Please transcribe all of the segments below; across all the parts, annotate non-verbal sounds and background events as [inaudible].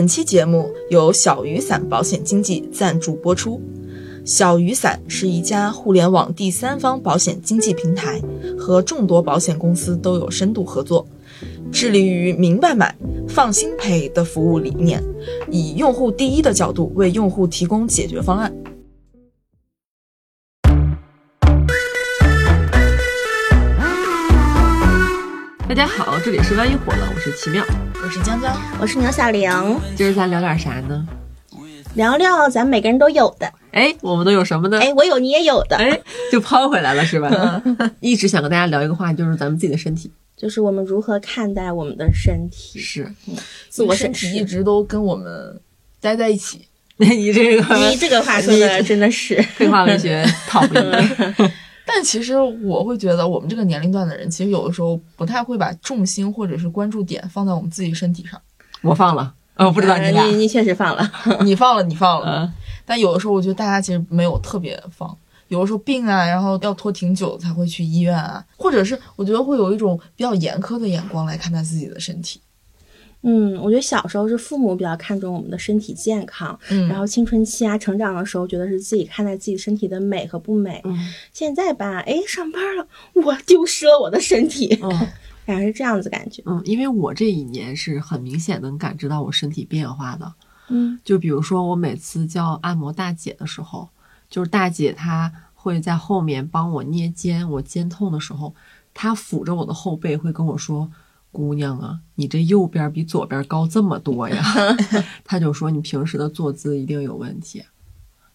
本期节目由小雨伞保险经纪赞助播出。小雨伞是一家互联网第三方保险经纪平台，和众多保险公司都有深度合作，致力于明白买、放心赔的服务理念，以用户第一的角度为用户提供解决方案。大家好，这里是万一火了，我是奇妙，我是江江，我是牛小玲，今儿咱聊点啥呢？聊聊咱每个人都有的，哎，我们都有什么呢？哎，我有你也有的，哎，就抛回来了是吧？ [laughs] 一直想跟大家聊一个话题，就是咱们自己的身体，就是我们如何看待我们的身体。是自我身审体视一直都跟我们待在一起。 [laughs] 你这你个这个话说 [laughs] 的真的是，废话文学讨论，但其实我会觉得，我们这个年龄段的人，其实有的时候不太会把重心或者是关注点放在我们自己身体上。 [laughs] 我放了，呃，我不知道你呃俩你，你确实放了， [laughs] 你放了，你放了。呃，但有的时候，我觉得大家其实没有特别放，有的时候病啊，然后要拖挺久才会去医院啊，或者是我觉得会有一种比较严苛的眼光来看待自己的身体。嗯，我觉得小时候是父母比较看重我们的身体健康，嗯，然后青春期啊，成长的时候觉得是自己看待自己身体的美和不美。嗯现在吧，哎，上班了，我丢失了我的身体，嗯感觉是这样子感觉。嗯，因为我这一年是很明显能感知到我身体变化的，嗯，就比如说我每次叫按摩大姐的时候，就是大姐她会在后面帮我捏肩，我肩痛的时候，她抚着我的后背会跟我说：“姑娘啊，你这右边比左边高这么多 [laughs] 呀。”她就说你平时的坐姿一定有问题。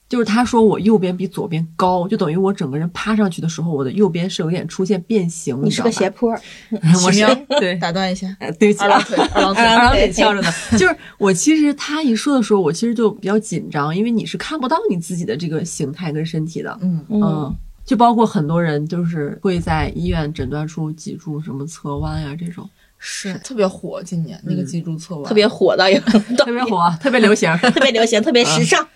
就是她说我右边比左边高，就等于我整个人趴上去的时候，我的右边是有点出现变形。你是个斜斜，坡， [laughs] 我是奇妙 [laughs] 对，打断一下，呃对不起二啊郎。腿，二郎腿。二郎对腿翘着呢。就是我其实他一说的时候，我其实就比较紧张，因为你是看不到你自己的这个形态跟身体的。 [laughs] 嗯，嗯，就包括很多人就是会在医院诊断出脊柱什么侧弯呀、这种，是嗯特别火，今年那个脊柱侧弯特别火的，有特 [laughs] 特别火，特别流行。 [laughs] 特别流行，特别时尚。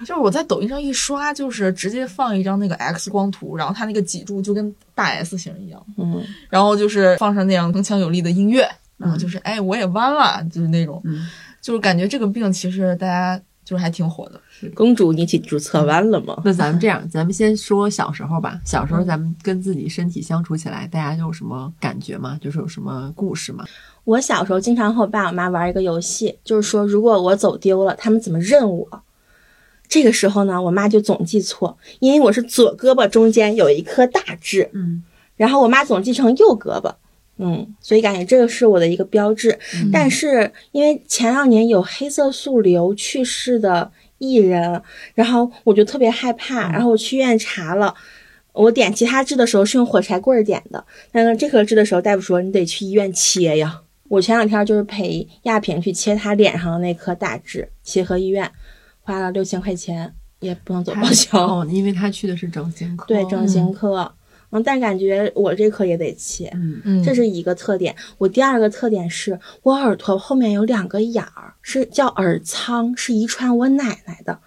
就是我在抖音上一刷，就是直接放一张那个 X 光图，然后它那个脊柱就跟大 S 型一样，嗯，然后就是放上那样铿锵有力的音乐，然后就是哎我也弯了，就是那种，嗯就是感觉这个病其实大家就是还挺火的。公主，你去注册完了吗？那咱们这样，咱们先说小时候吧。小时嗯候咱们跟自己身体相处起来，大家有什么感觉吗？就是有什么故事吗？我小时候经常和我爸我妈玩一个游戏，就是说如果我走丢了，他们怎么认我。这个时候呢，我妈就总记错，因为我是左胳膊中间有一颗大痣，嗯，然后我妈总记成右胳膊，嗯，所以感觉这个是我的一个标志。嗯但是因为前两年有黑色素瘤去世的艺人，然后我就特别害怕，然后我去医院查了。我点其他痣的时候是用火柴棍儿点的，但是这颗痣的时候，大夫说你得去医院切呀。我前两天就是陪亚萍去切她脸上的那颗大痣，协和医院花了六千块钱，也不能走报销。哦，因为他去的是整形科。对，整形科，嗯，但感觉我这颗也得切，嗯，嗯这是一个特点。我第二个特点是我耳朵后面有两个眼儿，是叫耳仓，是遗传我奶奶的，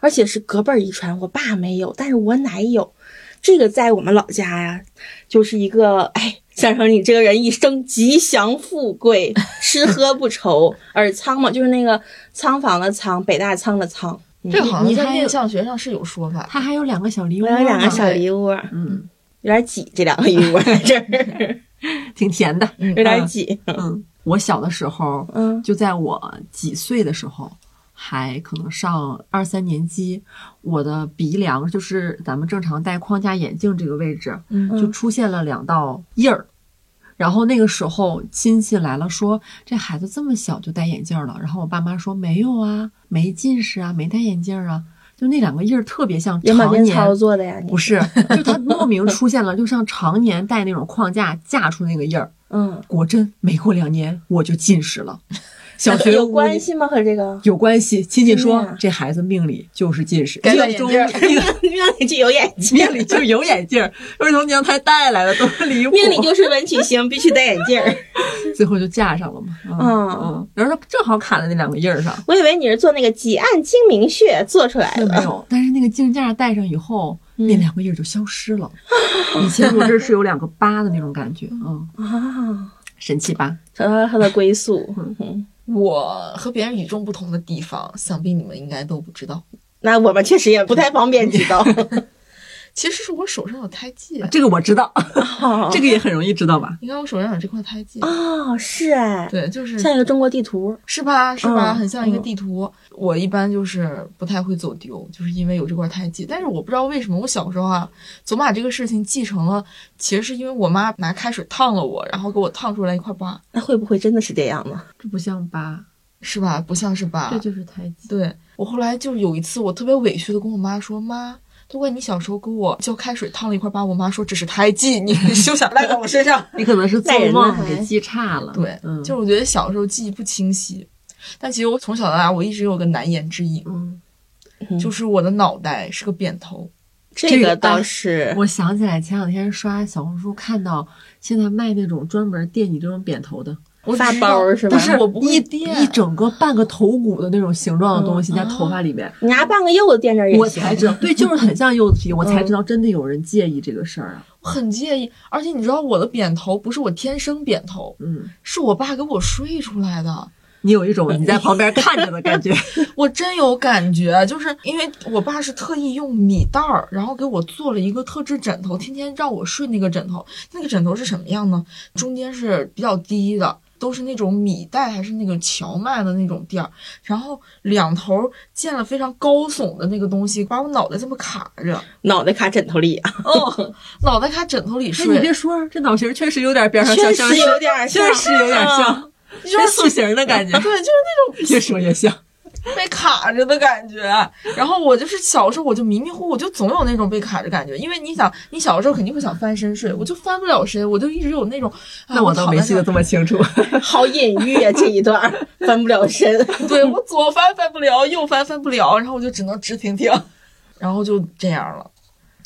而且是隔辈儿遗传，我爸没有，但是我奶有。这个在我们老家呀，就是一个哎，想成你这个人一生吉祥富贵，吃喝不愁。耳仓嘛，就是那个仓房的仓，北大仓的仓。嗯这个好像你在还有面相学上是有说法的。他还有两个小梨我窝有呢，两个小梨窝，嗯，有点挤，这两个梨窝在这儿 [laughs] 挺甜的。嗯有哎点挤。嗯，我小的时候，嗯就在我几岁的时候，还可能上二三年级，我的鼻梁就是咱们正常戴框架眼镜这个位置，嗯就出现了两道印儿。然后那个时候亲戚来了说，这孩子这么小就戴眼镜了。然后我爸妈说没有啊，没近视啊，没戴眼镜啊。就那两个印儿特别像眼保常健年操做的呀，你不是，就它莫名出现了，就像常年戴那种框架架出那个印儿。嗯，果真没过两年我就近视了。小那学 [laughs] 有五关年系吗？和这个有关系，亲戚说、真的啊这孩子命里就是近视，该戴命中眼命命里就有眼 [laughs] 睛，命里就有眼镜儿，都是从娘胎带来的，多离谱。 [laughs] 命里就是文曲星，必须戴眼镜儿。最后就架上了嘛。嗯嗯嗯，然后正好卡在那两个印儿上，我以为你是做那个几按睛明穴做出来并没的，有。但是那个镜架戴上以后，哎嗯那两个印儿就消失了。以前我这是有两个疤的那种感觉，嗯，啊，神奇吧？找到了他的归宿。嗯我和别人与众不同的地方，想必你们应该都不知道。那我们确实也不太方便知道。其实是我手上有胎记，这个我知道，哦这个也很容易知道吧？你看我手上有这块胎记，啊哦，是哎，对，就是像一个中国地图。是吧？是吧？嗯很像一个嗯地图。我一般就是不太会走丢，就是因为有这块胎记。但是我不知道为什么，我小时候啊，总把这个事情记成了。其实是因为我妈拿开水烫了我，然后给我烫出来一块疤，那会不会真的是这样呢？这不像疤，是吧？不像是疤这。就是胎记。对我后来就是有一次，我特别委屈的跟我妈说：“妈，都怪你小时候给我浇开水烫了一块疤。”我妈说：“只是胎记，你休想赖到我身上。 [laughs] 你可能是做那人呢梦还给记差”了。对，嗯，就是我觉得小时候记忆不清晰，但其实我从小到大我一直有个难言之隐，嗯，就是我的脑袋是个扁头。这这个个倒哎是，我想起来前两天刷小红书看到，现在卖那种专门垫你这种扁头的，我发只知道包是吧但但是是我不一会垫一整个半个头骨的那种形状的东西嗯在头发里面，你拿半个柚子垫这儿也我行。才知道，对，就是很像柚子皮，我才知道真的有人介意这个事儿啊。我很介意，而且你知道我的扁头不是我天生扁头，嗯，是我爸给我睡出来的。你有一种你在旁边看着的 [laughs] 感觉，哎我真有感觉，就是因为我爸是特意用米袋儿，然后给我做了一个特制枕头，天天让我睡那个枕头。那个枕头是什么样呢？中间是比较低的，都是那种米袋还是那种荞麦的那种垫儿，然后两头建了非常高耸的那个东西，把我脑袋这么卡着，脑袋卡枕头里啊，哦，脑袋卡枕头里哎，你睡。别说，这脑型确实有点边上确像相嗯实声，有点像，确实有点啊。像，就是跟塑形的感觉对，，就是那种越说越像。被卡着的感觉。然后我就是小时候我就迷迷糊糊，我就总有那种被卡着感觉，因为你想，你小时候肯定会想翻身睡，我就翻不了身，我就一直有那种。啊那我倒没记得。这么清楚。好隐喻啊，这一段儿翻不了身。躺在那儿对我左翻翻不了，右翻翻不了，然后我就只能直挺挺，然后就这样了。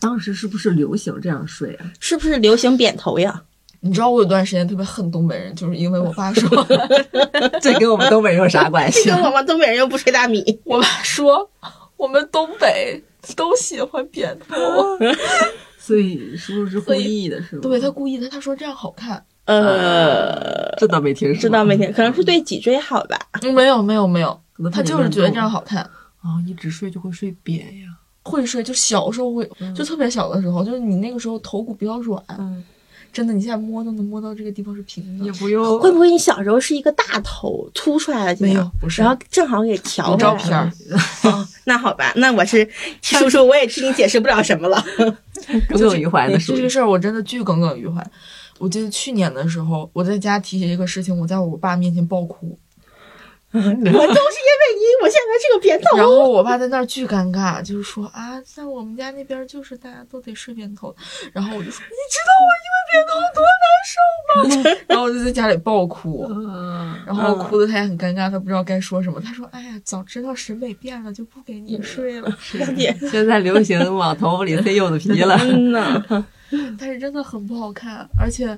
当时是不是流行这样睡啊？是不是流行扁头呀？你知道我有段时间特别恨东北人，就是因为我爸说， [laughs] [laughs] 这跟我们东北人有啥关系跟？ [laughs] 我们东北人又不吹大米，我爸说我们东北都喜欢扁头， [laughs] 所以是不是故意的？是吗？对他故意的，他说这样好看。呃，这倒没听说，知道没听？可能是对脊椎好吧？没有没有没有，可能他怕你就是乱觉得动这样好看。哦，你只睡就会睡扁呀。会睡，就小时候会，就特别小的时候，就是你那个时候头骨比较软，嗯，真的，你现在摸都能摸到这个地方是平的也。不用会不会你小时候是一个大头凸出来了？没有嗯不是然后正好给调有回来照了片儿，哦。那好吧，那我 [laughs] 是叔叔，我也替你解释不了什么 [laughs] 了。耿耿于怀的这睡个。事儿我真的巨耿耿于怀。我记得去年的时候，我在家提起这个事情，我在我爸面前爆哭，我都是因为你，我现在这个扁然头。后我爸在那儿巨尴尬，就是说啊，在我们家那边就是大家都得睡扁头，然后我就说，你知道我因为扁头多难受吗？然 [laughs] 后我就在家里爆哭。嗯，然后哭的他也很尴尬，他不知道该说什么。他说：“哎呀，早知道审美变了，就不给你嗯睡了。 [laughs] 点， [laughs] 现在流行往头发里塞柚子皮了。嗯呐，但是真的很不好看，而且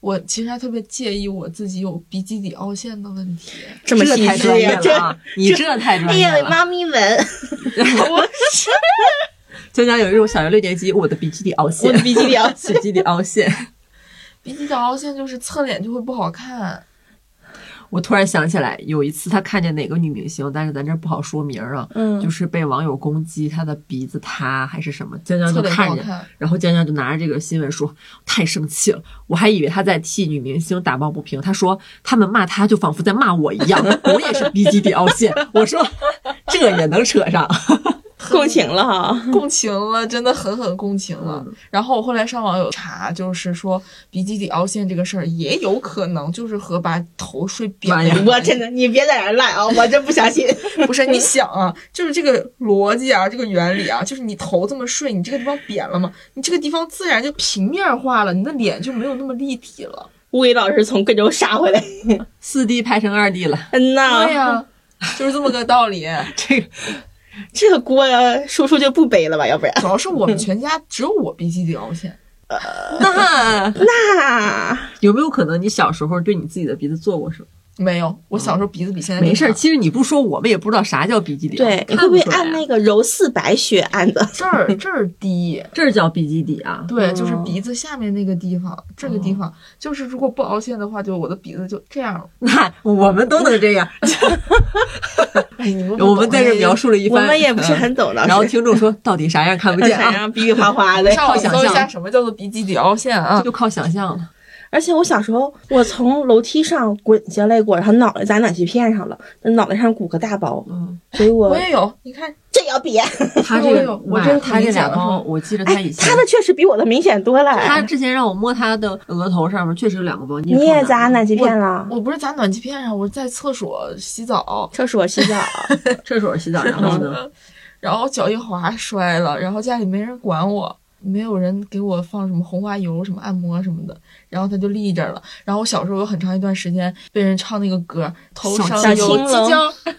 我其实还特别介意我自己有鼻基底凹陷的问题。 [laughs] 这么这细太致专业呀，这了啊！你这太哎专业呀，了。妈咪纹，我江江有一种小学六年级，我的鼻基底凹陷， [laughs] 我的鼻基底凹 [laughs] 陷，鼻基底凹陷。鼻基底凹陷就是侧脸就会不好看。我突然想起来，有一次他看见哪个女明星，但是咱这儿不好说名儿啊， [laughs] 嗯就是被网友攻击她的鼻子塌还是什么，江江侧就脸不好看见，看然后江江就拿着这个新闻说太生气了，我还以为他在替女明星打抱不平，他说他们骂他就仿佛在骂我一样，我也是鼻基底凹陷，我说这也能扯上，共情了哈。共情了，真的狠狠共情了。嗯然后我后来上网有查，就是说鼻基底凹陷这个事儿也有可能就是和把头睡扁妈呀了有 [laughs] 我关系真的，你别在这儿赖啊！我真不相 [laughs] 信。不是你想啊，就是这个逻辑啊，这个原理啊，就是你头这么睡，你这个地方扁了嘛，你这个地方自然就平面化了，你的脸就没有那么立体了。物理老师从贵州杀回来，四 D 拍成二 D [laughs] 了，嗯呐，对呀、就是这么个道理。这个这个锅叔叔就不背了吧？要不然，主要是我们全家只有我鼻基底凹陷，那那啊有没有可能你小时候对你自己的鼻子做过什么？没有，我小时候鼻子比现在没事儿，更长其实你不说，我们也不知道啥叫鼻基底啊。对，你看会不会出来啊按那个揉四白穴按的？这儿这儿低，这儿叫鼻基底啊？对，就是嗯鼻子下面那个地方，这个地方就是如果不凹陷的话，就我的鼻子就这样了。那我们都能这样。哎，你们不懂我们在这儿描述了一我番，们也不是嗯很懂的，然后听众说到底啥样看不 [laughs] 见啊？想让鼻涕哗哗的。 [laughs] 上网想搜一下象什么叫做鼻基底凹陷啊这？就靠想象了。而且我小时候，我从楼梯上滚下来过，然后脑袋砸暖气片上了，脑袋上骨骼大包， [laughs] 嗯，所以我我也有，你看，这要比，他我这有个，我哇这个他理这解俩了包，我记得他哎以，前他的确实比我的明显多了。他之前让我摸他的额头上面，确实有两个包。你你也砸呢？暖气片了？我不是砸暖气片啊上，我是在厕所洗 [laughs] 澡，厕所洗澡，厕所洗澡，然后呢？ [laughs] 然后脚一滑摔了，然后家里没人管我，没有人给我放什么红花油、什么按摩什么的，然后它就立这儿了。然后我小时候有很长一段时间被人唱那个歌，头小上小有青犄龙角，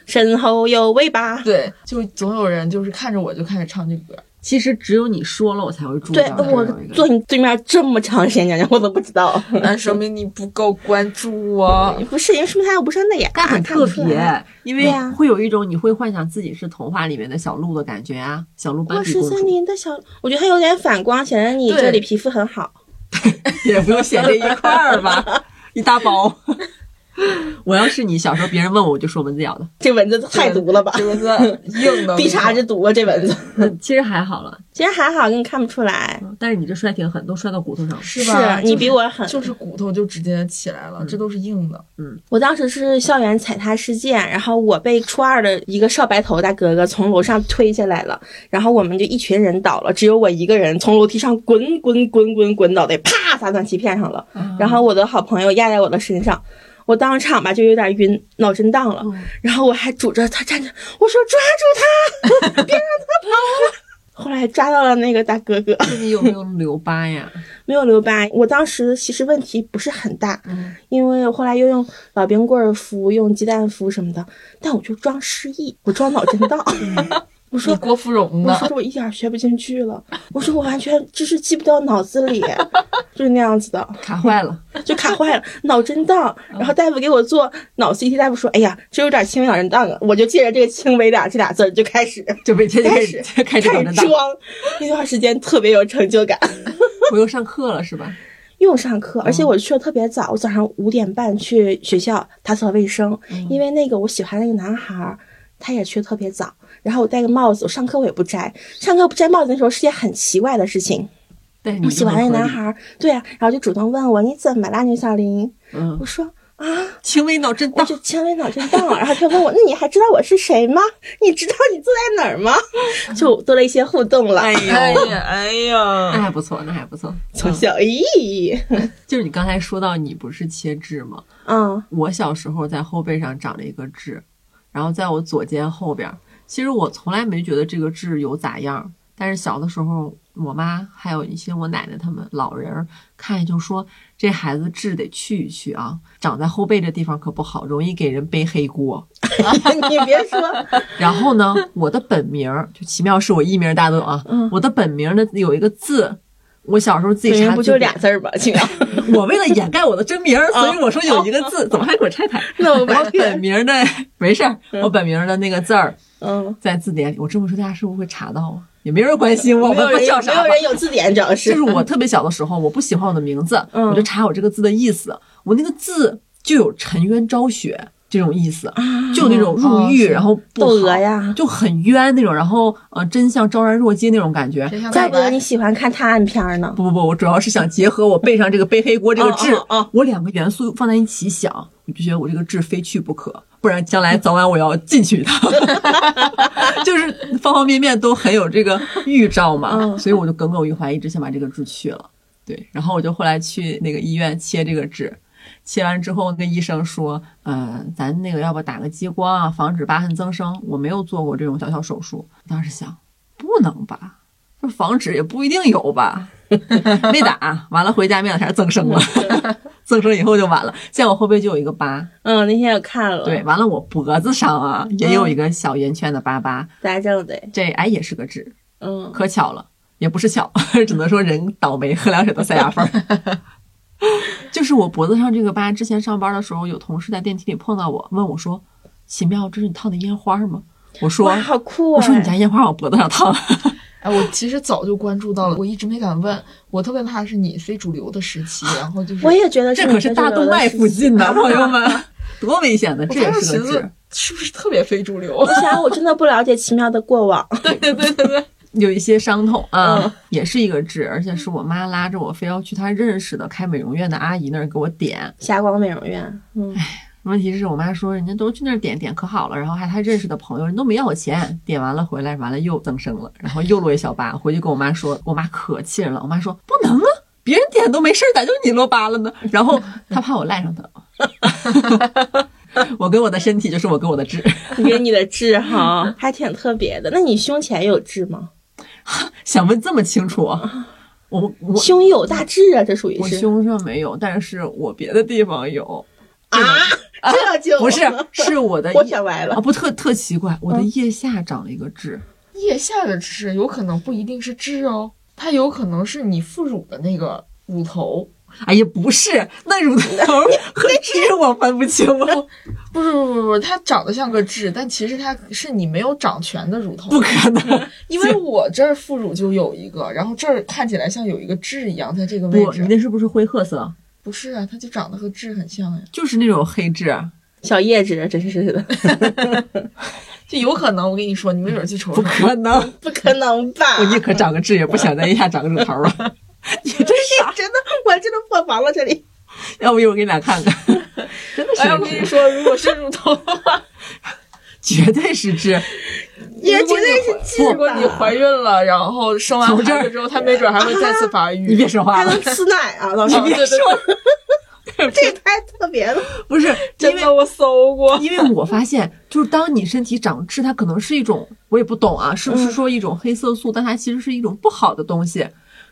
身后有尾 [laughs] 巴。对，就总有人就是看着我就开始唱这个歌。其实只有你说了，我才会注意对到这我儿有一个。坐你对面这么长时间，娘娘我都不 [laughs] 知道。那说明你不够关注我。不是，因为说明他又不是那眼，但很啊看不特出来别，因为对啊会有一种你会幻想自己是童话里面的小鹿的感觉啊，小鹿斑我比是公森主，林的小，我觉得它有点反光，显得你对这里皮肤很好。 [laughs] 也不用写这一块儿 [laughs] 吧，一大包。 [laughs] 我要是你小时候，别人问我，我就说蚊子咬 [laughs] 的。这蚊子太毒了吧？ [laughs] 这蚊子硬的，鼻茬之毒啊，这 [laughs] 蚊子。嗯其实还好了，其实还好，根本看不出来。嗯但是你这摔挺狠，都摔到骨头上了。是吧？你比我我狠。嗯就是骨头就直接起来了，这都是硬的。我当时是校园踩踏事件，然后我被初二的一个少白头大哥哥从楼上推下来了，然后我们就一群人倒了，只有我一个人从楼梯上滚滚滚滚滚，脑袋啪砸暖气片上了，然后我的好朋友压在我的身上。我当场吧就有点晕，脑震荡了，然后我还拄着他站着，我说抓住 [laughs] 他，啊 [laughs] 别让他跑了。后来抓到了那个大哥哥，那你有没有留疤呀？没有留疤。我当时其实问题不是很大，嗯因为我后来又用老冰棍儿敷，用鸡蛋敷什么的，但我就装失忆，我装脑震 [laughs] 荡。嗯 [laughs] 我你说，郭芙蓉我呢？说我一点儿学不进去了，我说我完全知识记不到脑子里， [laughs] 就是那样子的，卡坏了，就卡坏了，脑震荡。嗯然后大夫给我做脑 CT，大夫说，哎呀，这有点轻微脑震荡啊，我就借着这个轻微点这俩字儿就开始就每天就开开始始 [laughs] 开始开搞始震荡。装，那段时间特别有成就感。我又上课了是吧？又上课，而且我去的特别早，我早上五点半去学校打扫卫生，因为那个我喜欢那个男孩儿，他也去的特别早。然后我戴个帽子，我上课我也不摘，上课不摘帽子那时候是件很奇怪的事情。但是我你喜就很欢那个合男理孩，儿，对啊，然后嗯就主动问我你怎么啦，牛小林？嗯我，说啊，轻微脑震我荡，就轻微脑震荡了。然后他问我，那你还知道我是谁吗？你知道你坐在哪儿 [laughs] 吗？就多了一些互动 [laughs] 了，哎呦，呀哎那呀，还不错，那还不错。从嗯 [laughs] 小意义，就是你刚才说到你不是切痣吗？嗯， [laughs] 我小时候在后背上长了一个痣，然后在我左肩后边儿。其实我从来没觉得这个痣有咋样，但是小的时候，我妈还有一些我奶奶他们老人儿看见就说这孩子痣得去一去啊，长在后背这地方可不好，容易给人背黑锅。你别 [laughs] 说，然后呢，我的本名儿就奇妙是我艺名，大家都懂啊。嗯我的本名呢有一个字，我小时候自己本查人字不就典俩字儿嗯吗？请问。我为了掩盖我的真名儿，所以我说有一个字，怎么还给我拆台？ [laughs] 那我把我本名儿的没事儿，我本名儿的那个字儿 [laughs] 嗯，在字典里，我这么说大家是不是会查到啊？也没人关心我，我没有不人叫有没啥有吧。人有字典，主要是就是我特别小的时候，我不喜欢我的名字，嗯我就查我这个字的意思，我那个字就有沉冤昭雪这种意思，就有那种入狱、哦是然后不啊窦好娥呀，就很冤那种，然后呃真相昭然若揭那种感觉。谁想怪再不得你喜欢看探案片儿呢。不不不，我主要是想结合我背上这个背黑锅这个痣，哦哦哦我两个元素放在一起想，我就觉得我这个痣非去不可，不然将来早晚我要进去一趟。就是方方面面都很有这个预兆嘛，嗯所以我就耿耿于怀，一直想把这个痣去了。对，然后我就后来去那个医院切这个痣。切完之后，那医生说：“呃，咱那个要不打个激光啊，防止疤痕增生。”我没有做过这种小小手术，当时想，不能吧，这防止也不一定有吧，没打，完了回家没两天增生了， [laughs] 增生以后就完了。现在我后背就有一个疤，嗯，那天我看了，对，，完了我脖子上啊也有一个小圆圈的疤疤，咋整的？这哎也是个痣，嗯，可 [laughs] 巧了，也不是巧，只能说人倒霉，喝凉水都塞牙缝儿。 [laughs] 就是我脖子上这个疤，之前上班的时候有同事在电梯里碰到我，问我说：“奇妙，这是你烫的烟花吗？”我说哇，：“好酷啊！我说你家烟花往脖子上烫。哎，我其实早就关注到了，我一直没敢问。我特别怕是你非主流的时期，然后就是我也觉得这你可是非主大流动的脉事附情近的朋友们，多危险的！我这也当时是寻个痣思。是不是特别非主流？我想我真的不了解奇妙的过往，有一些伤痛啊，也是一个痣，而且是我妈拉着我非要去她认识的开美容院的阿姨那儿给我点。霞光美容院，嗯，哎问题是我妈说人家都去那儿点点可好了，然后还她认识的朋友人都没要我钱，点完了回来完了又增生了，然后又落一小疤，回去跟我妈说，我妈可气人了，我妈说不能啊，别人点都没事儿，咋就你落疤了呢？ [laughs] 然后她怕我赖上她。我跟我的身体就是我跟我的痣，你给你的痣哈，嗯还挺特别的。那你胸前有痣吗？想问这么清楚，啊我我胸有大痣啊，这属于我是胸上没有，但是我别的地方有，啊，这就不是是我的我腋想歪啊，了。不特特奇怪，我的腋下长了一个痣。腋下的痣有可能不一定是痣哦，它有可能是你副乳的那个乳头。哎呀，不是，那乳头 [laughs] 和痣我分不清了， [laughs] 不是不是不是不是，它长得像个痣，但其实它是你没有长全的乳头。不可能。因为我这儿副乳就有一个，然后这儿看起来像有一个痣一样，在这个位不，你置。那是不是灰褐色？不是啊，它就长得和痣很像呀，就是那种黑痣，小叶痣，真 [laughs] 是的，就有可能。我跟你说，你没准去瞅不瞅。可能。 [laughs] 不可能吧？我宁可长个痣，也不想在腋下长个乳头了。 [laughs] 你真傻！真的，我真的破防了，这里要不一会儿给你俩看 [laughs] 看，真的是哎，我个跟你痣，说，如果是乳头的话，绝对是痣。也如绝果你对是痣 [laughs] 如果你吧？怀孕了，然后生完从这孩儿子之后，它没准还会再次发育。你别说话还了能，吃奶啊，老师啊，嗯对哦对对， [laughs] 这也太特别了。不是因真为的我搜过。因为我发现，就是当你身体长痣，它可能是一种，我也不懂啊，是不嗯是说一种黑色素？但它其实是一种不好的东西，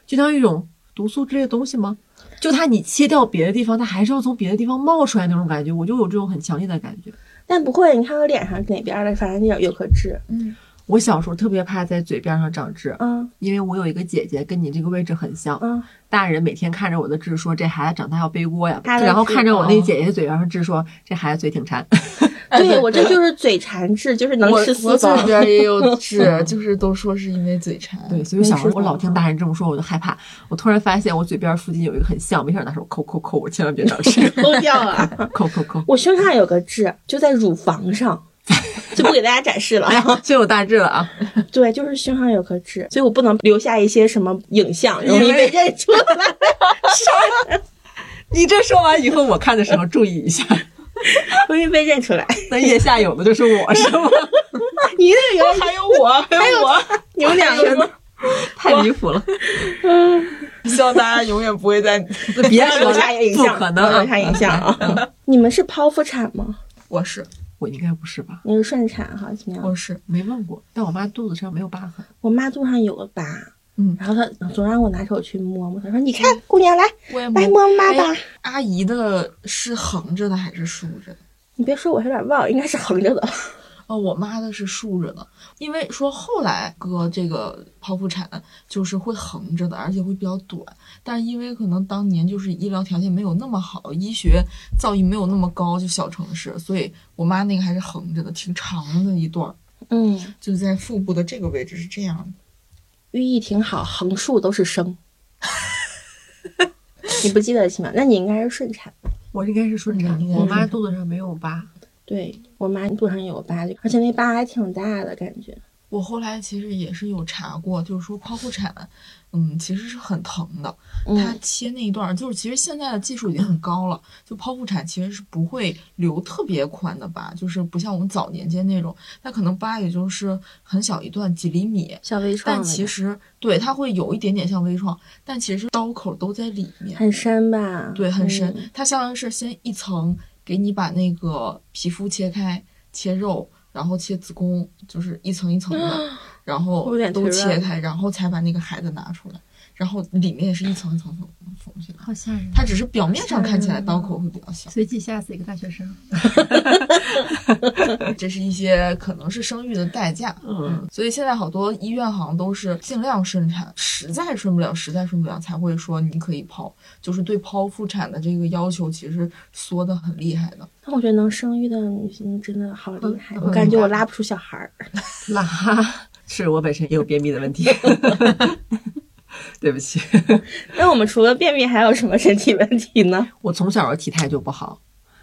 就像一种毒素之类的东西吗？就它你切掉别的地方，它还是要从别的地方冒出来那种感觉，我就有这种很强烈的感觉。但但不会，你看我脸上哪边儿的，反正有有颗痣，嗯，我小时候特别怕在嘴边上长痣，嗯因为我有一个姐姐跟你这个位置很像，嗯，大人每天看着我的痣说这孩子长大要背锅呀，他的哦然后看着我那痣姐姐嘴边上痣说这孩子嘴挺馋。哎对我这就是嘴馋痣，就是能我吃我四嘴方。边也有 [laughs] 痣，就是都说是因为嘴馋。嗯对，所以小时候没我事老听大人这么说，我就害怕。我突然发现我嘴边附近有一个很像，没事儿拿手抠抠抠，我千万别长痣， [laughs] 抠掉啊！抠抠抠。 [laughs] 我胸上有个痣，就在乳房上， [laughs] 就不给大家展示了。哎呀，这有大痣了啊！对，就是胸上有颗痣，所以我不能留下一些什么影像，容易被认出 [laughs] 来。你这说完以后，我看的时候注意一下，容易被认出来。那腋下有的就是我，是吗？ [laughs] [laughs] 你那个还有我，还有我， [laughs] 你们两个吗？太离谱了！希望大家永远不会在。别说留了下影，不像，可能留下影像啊！ [laughs] 你们是剖腹产吗？ [laughs] 我是我应该不是吧？你是顺产哈？怎么样？我是，没问过，但我妈肚子上没有疤痕，我妈肚上有个疤，嗯然后她总让我拿手去摸摸，她说：“你看，姑娘来我也来摸妈哎吧。阿姨的是横着的还是竖着的？”你别说，我有点忘，了，应该是横着的。哦，我妈的是竖着的，因为说后来割这个剖腹产就是会横着的，而且会比较短。但是因为可能当年就是医疗条件没有那么好，医学造诣没有那么高，就小城市，所以我妈那个还是横着的，挺长的一段儿，嗯，就在腹部的这个位置是这样的。寓意挺好，横竖都是生。你不记得起吗？那你应该是顺产。我应该是顺产嗯应，该是我妈肚子上没有疤。对我妈肚上有个疤，而且那疤还挺大的感觉。我后来其实也是有查过，就是说剖腹产，嗯，其实是很疼的。它嗯，切那一段儿，就是其实现在的技术已经很高了，就剖腹产其实是不会留特别宽的疤，就是不像我们早年间那种，它可能疤也就是很小一段几厘米，小微创但了其吧实对它会有一点点像微创，但其实刀口都在里面，很深吧？对，很深嗯。它相当于是先一层给你把那个皮肤切开，切肉，然后切子宫，就是一层一层的，然后啊有点都腿软切开，然后才把那个孩子拿出来。然后里面也是一层一层缝缝起来。好吓人。它只是表面上看起来刀口会比较小，随即吓死一个大学生。这是一些可能是生育的代价。 [laughs] 嗯，所以现在好多医院好像都是尽量顺产，实在顺不了，实在顺不了才会说你可以剖，就是对剖腹产的这个要求其实缩得很厉害的。但我觉得能生育的女性真的好厉害，嗯我感觉我拉不出小孩儿。 [laughs] 拉是我本身也有便秘的问题， [laughs] 对不起，那我们除了便秘，还有什么身体问题呢？我从小的体态就不好。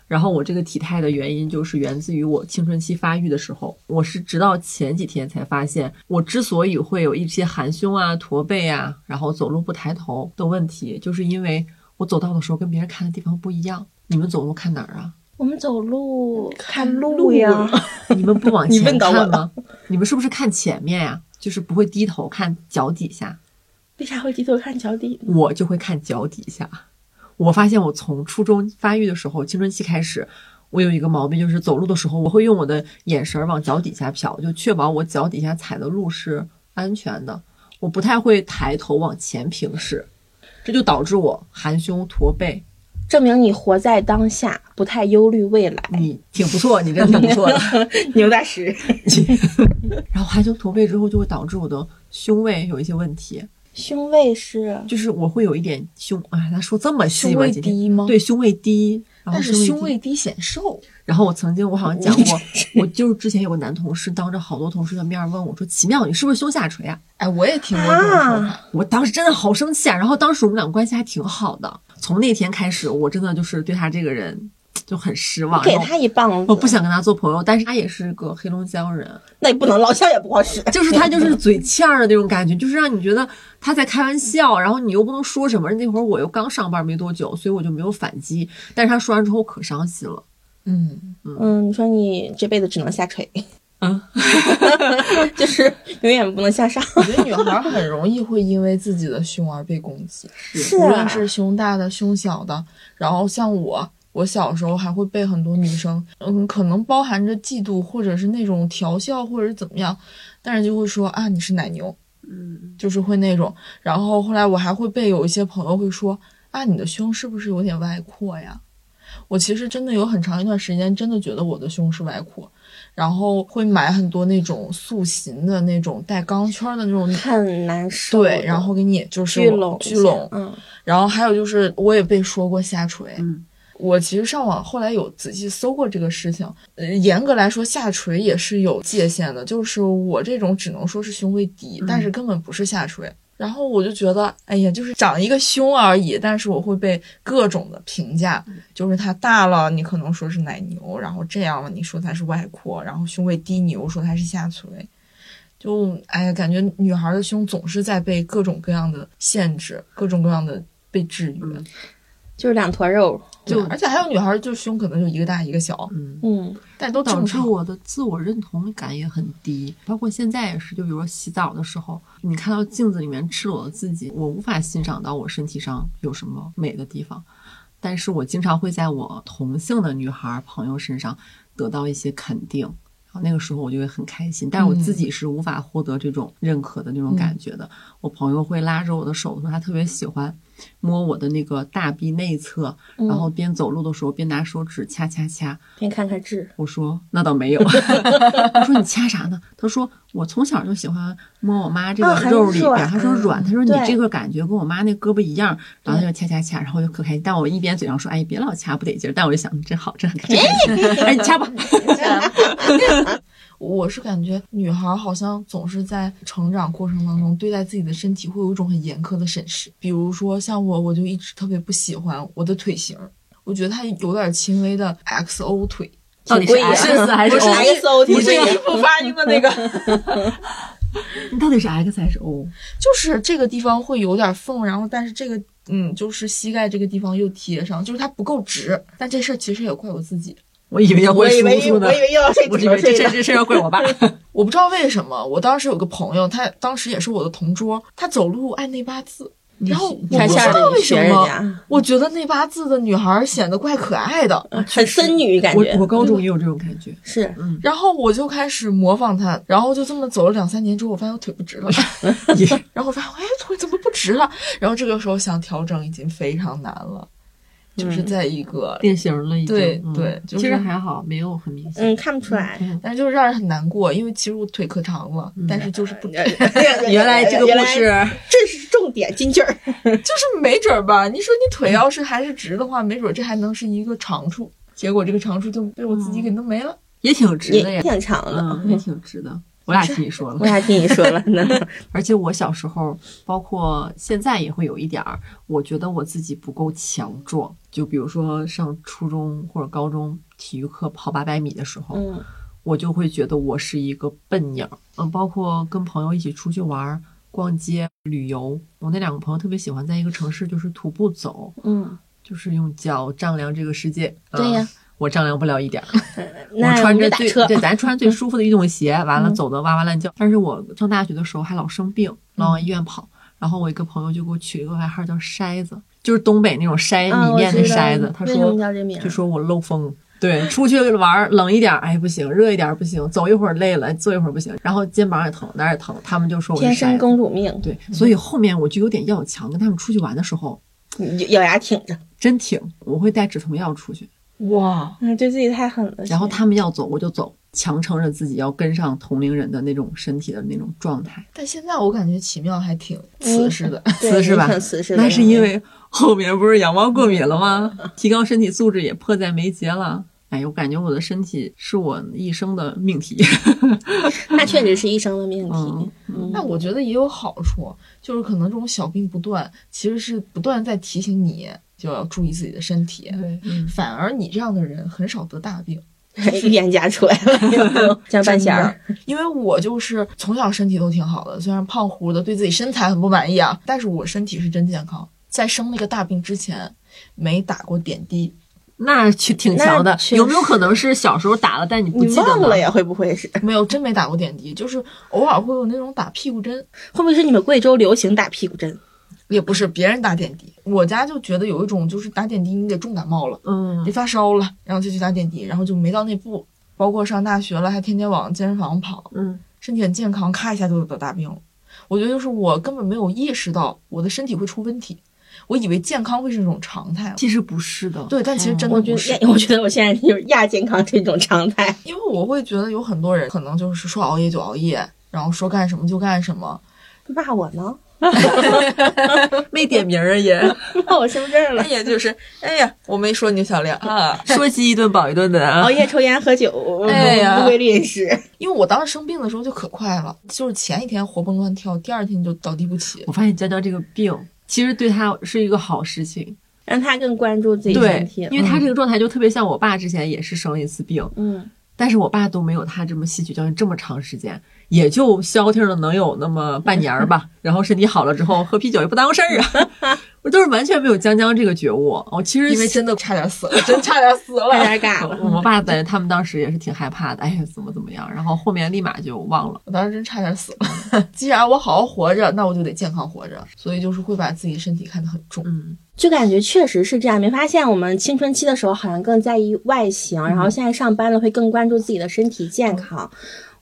然后我这个体态的原因就是源自于我青春期发育的时候，我是直到前几天才发现，我之所以会有一些含胸啊、驼背啊，然后走路不抬头的问题，就是因为我走道的时候跟别人看的地方不一样。你们走路看哪儿啊？我们走路看路呀，你们不往 [laughs] 你前问到我看吗？你们是不是看前面呀、就是不会低头看脚底下，为啥会低头看脚底呢？我就会看脚底下。我发现我从初中发育的时候，青春期开始，我有一个毛病，就是走路的时候，我会用我的眼神儿往脚底下瞟，就确保我脚底下踩的路是安全的。我不太会抬头往前平视，这就导致我含胸驼背。 [laughs] 证明你活在当下，不太忧虑未 [laughs] 来。你挺不错，你真的挺不错 [laughs] 的。牛大师，然后含胸驼背之后，就会导致我的胸位有一些问题。 [laughs] 胸位是就是我会有一点胸，哎，他说这么细吗？位今天低吗对，胸位低，然后哦但是胸位位低。低显瘦，然后我曾经我好像讲过，我就是之前有个男同事当着好多同事的面问我说：“奇妙，你是不是胸下垂啊哎，我也听过这种啊说法。？”我当时真的好生气啊！然后当时我们俩关系还挺好的，从那天开始，我真的就是对他这个人就很失望。 [laughs] 给然后他一棒子，我不想跟他做朋友，但是他也是个黑龙江人，那也不能老笑也不好使。就是他就是嘴欠儿的那种感觉，就是让你觉得他在开玩笑，然后你又不能说什么。那会儿我又刚上班没多久，所以我就没有反击。但是他说完之后，我可伤心了。 [laughs] 嗯， [laughs] 嗯，你说你这辈子只能下 [laughs] 垂，嗯，就是永远不能向上。我觉得女孩很容易会因为自己的胸而被攻击， [laughs] 是无啊论，是胸大的、胸小的，然后像我，我小时候还会被很多女生，嗯，可能包含着嫉妒或者是那种调笑或者是怎么样，但是就会说啊你是奶牛，嗯，就是会那种。然后后来我还会被有一些朋友会说啊你的胸是不是有点外扩呀？我其实真的有很长一段时间真的觉得我的胸是外扩，然后会买很多那种塑形的那种带钢圈的那种。很难受的。对，然后给你就是聚拢聚拢，嗯，然后还有就是，我也被说过下垂。嗯，我其实上网后来有仔细搜过这个事情。呃，严格来说，下垂也是有界限的，就是我这种只能说是胸位低，但是根本不是下垂。然后我就觉得，哎呀，就是长一个胸而已，但是我会被各种的评价，就是它大了，你可能说是奶牛，然后这样了，你说它是外扩，然后胸位低，你又说它是下垂，就哎呀，感觉女孩的胸总是在被各种各样的限制，各种各样的被制约。嗯就是两坨肉。就而且还有女孩，就胸可能就一个大一个小，嗯，嗯，但都导正致常。我的自我认同感也很低，包括现在也是。就比如说洗澡的时候，你看到镜子里面赤裸的自己，我无法欣赏到我身体上有什么美的地方，但是我经常会在我同性的女孩朋友身上得到一些肯定，然后那个时候我就会很开心，但是我嗯自己是无法获得这种认可的那种感觉的。我朋友会拉着我的手说，他特别喜欢摸我的那个大臂内侧，然嗯后边走路的时候边拿手指掐掐掐。先嗯看看痣，我说那倒没有， [laughs] 我说你掐啥呢？他说我从小就喜欢摸我妈这啊个还肉里边，软嗯他说软，他说你对这个感觉跟我妈那胳膊一样，然后他就掐掐掐，然后我就可开心。但我一边嘴上说哎别老掐不得劲儿，但我就想真好，真很开心，哎你掐 [laughs] 吧。 [laughs] 我是感觉女孩好像总是在成长过程当中，对待自己的身体会有一种很严苛的审视。比如说像我，我就一直特别不喜欢我的腿型，我觉得它有点轻微的 XO [laughs] 腿，哦到底是挺 X 贵的还是不 O？是不 XO 挺是贵衣的。服发音的那个。你到底是 X 还是 O？就是这个地方会有点缝，然后但是这个嗯，就是膝盖这个地方又贴上，就是它不够直。但这事儿其实也怪我自己，我以为要我怪以叔为叔呢我以，为又要睡我直以为头这睡这了。这事要怪我 [laughs] 爸。我不知道为什么。我当时有个朋友，他当时也是我的同桌，他走路爱内八字，然后我山不知下道的为学什人么，家，我觉得那八字的女孩显得怪可爱的，很森女感我觉我高中也有这种感觉，是。嗯，然后我就开始模仿她，然后就这么走了两三年之后，我发现我腿不直了， [laughs] 嗯然后我发现哎腿怎么不直了？然后这个时候想调整已经非常难了，就是在一个，变形了已经。对嗯对就其实是还好，没有很明显。嗯，看不出来。但是就是让人很难过，因为其实我腿可长了，但是就是不直， [laughs] 哎 [laughs] 原原这是重点金 [laughs] 句儿。 [laughs] 就是没准儿吧？你说你腿要是还是直的话，没准儿这还能是一个长处，结果这个长处就被我自己给弄没了。也挺直也的呀，挺长的。嗯，也挺直的。我俩听你说我了，俩听你说了呢，而且我小时候，包括现在也会有一点儿，我觉得我自己不够强壮。就比如说上初中或者高中体育课跑八百米的时候， [laughs] 嗯，我就会觉得我是一个笨鸟儿。嗯，包括跟朋友一起出去玩儿、逛街、旅游，我那两个朋友特别喜欢在一个城市就是徒步走，嗯，就是用脚丈量这个世界。对呀嗯我丈量不了一点儿。我那穿们着就打最车对，咱穿最舒服的运动鞋，完了嗯走的哇哇乱叫。但是我上大学的时候还老生病，嗯老往医院跑。然后我一个朋友就给我取了一个外号叫筛子，就是东北那种筛啊米我面的知道筛子。他为什么说叫这名儿？就说我漏风，对，出去玩儿冷一点儿，哎不行，热一点儿不行，走一会儿累了，坐一会儿不行，然后肩膀也疼，哪儿也疼，他们就说我是天生筛子。公主命，对，所以后面我就有点要强，跟他们出去玩的时候你咬牙挺着。真挺，我会带止痛药出去。哇，嗯，对自己太狠了。然后他们要走我就走，强撑着自己要跟上同龄人的那种身体的那种状态。但现在我感觉奇妙还挺嗯瓷实的，对瓷实吧你很瓷实的，嗯那是因为后面不是羊毛过敏了吗？ [laughs] 提高身体素质也迫在眉睫了。哎，我感觉我的身体是我一生的命题。那确实是一生的命嗯题。嗯但我觉得也有好处，就是可能这种小病不断，其实是不断在提醒你就要注意自己的身体。 [laughs] 对，嗯反而你这样的人很少得大病，预言家出来了，像半仙儿。真的因为我就是从小身体都挺好的，虽然胖乎的，对自己身材很不满意啊，但是我身体是真健康。在生那个大病之前，没打过点滴，那去挺强的那。确有没有实可能是小时候打了，但你不你记得忘呢了？呀？会不会是？没有，真没打过点滴，就是偶尔会有那种打屁股针，会不会是你们贵州流行打屁股针？也不是别人打点滴。我家就觉得有一种就是打点滴你得重感冒了。你嗯，发烧了，然后就去打点滴，然后就没到那步。包括上大学了，还天天往健身房跑，嗯，身体很健康，咔一下就得大病了。我觉得就是我根本没有意识到我的身体会出问题，我以为健康会是一种常态。其实不是的。对，但其实真我的觉不得是，亚，我觉得我现在就是亚健康这种常 [laughs] 态。因为我会觉得有很多人可能就是说熬夜就熬夜，然后说干什么就干什么。骂我呢？没点名儿 [laughs] 也骂我身份证了哎。呀，就是哎呀，我没说你小亮啊，说起一顿饱一顿的啊熬。夜、抽烟、喝 [laughs] 酒，哎呀不规律饮食。因为我当时生病的时候就可快了，就是前一天活蹦乱跳，第二天就倒地不起。我发现江江这个病，其实对他是一个好事情。让他更关注自己身对体，。因为他这个状态就特别像我爸之前也是生了一次病，嗯，但是我爸都没有他这么吸取教训这么长时间，也就消停了能有那么半年儿吧。然后身体好了之后，喝啤酒也不当回事儿啊。我都是完全没有江江这个觉悟。我其实因为真的哎差点死了，真差点死 [laughs] 了。有点尬了。我爸在他们当时也是挺害怕的，哎呀怎么怎么样，然后后面立马就忘了。我当时真差点死了。 [laughs] 既然我好好活着，那我就得健康活着，所以就是会把自己身体看得很重。嗯， [laughs] 就感觉确实是这样，没发现我们青春期的时候好像更在意外形，然后现在上班了会更关注自己的身体健康。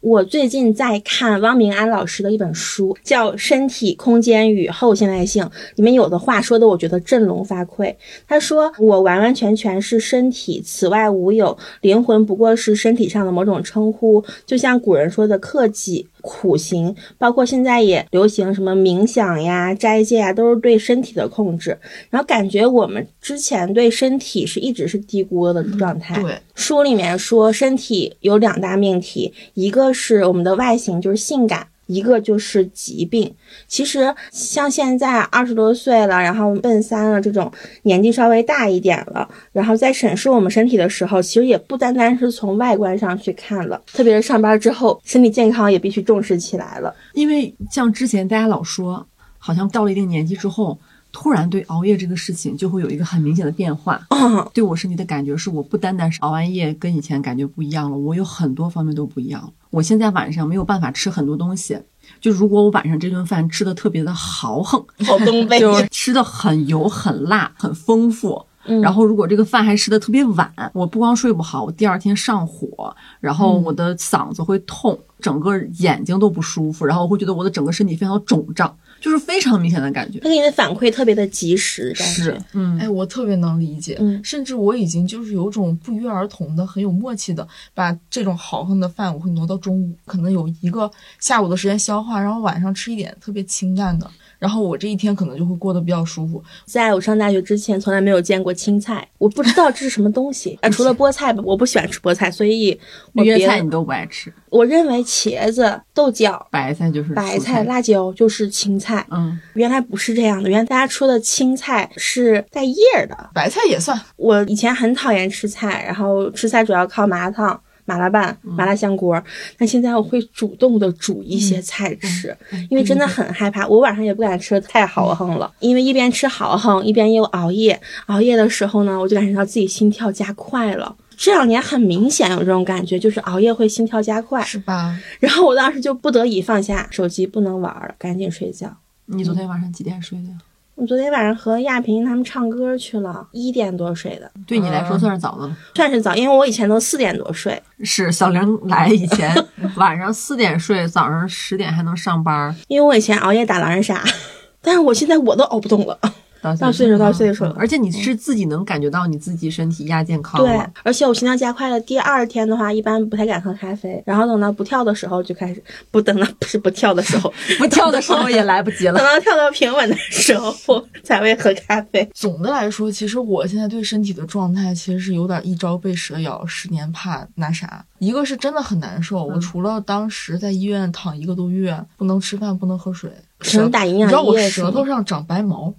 我最近在看汪明安老师的一本书，叫《身体空间与后现代性》，里面有的话说的我觉得振聋发聩。他说：“我完完全全是身体，此外无有，灵魂不过是身体上的某种称呼。”就像古人说的“克己”。苦行，包括现在也流行什么冥想呀、斋戒呀，都是对身体的控制。然后感觉我们之前对身体是一直是低估的状态。对，书里面说，身体有两大命题，一个是我们的外形，就是性感。一个就是疾病，其实像现在二十多岁了，然后奔三了这种年纪稍微大一点了，然后在审视我们身体的时候，其实也不单单是从外观上去看了，特别是上班之后，身体健康也必须重视起来了。 [laughs] 因为像之前大家老说，好像到了一定年纪之后，突然对熬夜这个事情就会有一个很明显的变化。啊，对我身体的感觉是，我不单单是熬完夜跟以前感觉不一样了，我有很多方面都不一样了。我现在晚上没有办法吃很多东西，就如果我晚上这顿饭吃的特别的豪横，好东北。 [laughs] 就是吃的很油、很辣、很丰富。嗯然后，如果这个饭还吃的特别晚，我不光睡不好，我第二天上火，然后嗯我的嗓子会痛，整个眼睛都不舒服，然后我会觉得我的整个身体非常肿胀，就是非常明显的感觉。他给你的反馈特别的及时，感觉是，嗯，哎，我特别能理解，嗯甚至我已经就是有种不约而同的、很有默契的，把这种豪横的饭我会挪到中午，可能有一个下午的时间消化，然后晚上吃一点特别清淡的，然后我这一天可能就会过得比较舒服。在我上大学之前，从来没有见过青菜，我不知道这是什么东西啊。除了菠菜吧，我不喜欢吃菠菜，所以我绿叶别菜你都不爱吃，我认为茄子、豆角、白菜就是白嗯蔬菜、辣椒就是青菜。嗯，原来不是这样的，原来大家说的青菜是带叶儿的。白菜也算，我以前很讨厌吃菜，然后吃菜主要靠麻辣烫、麻辣拌、麻辣香锅。但现在我会主动的煮一些菜吃，哎因为真的很害怕。我晚上也不敢吃太豪横了，因为一边吃豪横，一边又熬夜。熬夜的时候呢，我就感觉到自己心跳加快了。这两年很明显有这种感觉，就是熬夜会心跳加快。是吧？ [laughs] 然后我当时就不得已放下手机，不能玩了，赶紧睡觉。你昨天晚上几点睡的呀？我昨天晚上和亚萍他们唱歌去了，一点多睡的，对你来说算是早的了。算是早，因为我以前都四点多睡。是小玲来以 [laughs] 前晚上四点睡，早上十点还能上班，因为我以前熬夜打狼人杀， [laughs] 但是我现在我都熬不动了。到嗯到岁数到岁数了而且你是自己能感觉到你自己身体亚健康对了。，而且我心跳加快了，第二天的话一般不太敢喝咖啡，然后等到不跳的时候就开始，不等到不是不跳的时候，不跳的时候也来不及等 [laughs] 了。到跳到平稳的时候我才会喝咖啡。总的来说，其实我现在对身体的状态其实是有点一朝被蛇咬，十年怕那啥。一个是真的很难受，嗯我除了当时在医院躺一个多月，不能吃饭，不能喝水，只能打营你养知道我液是舌头吗？上长白毛，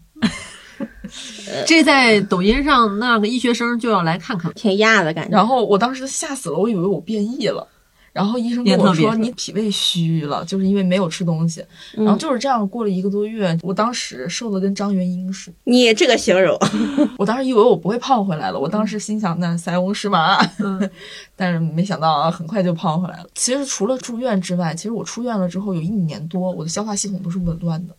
这在抖音上，那个医学生就要来看看。挺亚的感觉。然后我当时吓死了，我以为我变异了。然后医生跟变我特别说你脾胃虚了，就是因为没有吃东西。嗯然后就是这样过了一个多月，我当时瘦的跟张元英似的。你这个形容，我当时以为我不会胖回来了，我当时心想那塞翁失马， [laughs] 但是没想到啊，很快就胖回来了。其实除了住院之外，其实我出院了之后有一年多，我的消化系统都是紊乱的，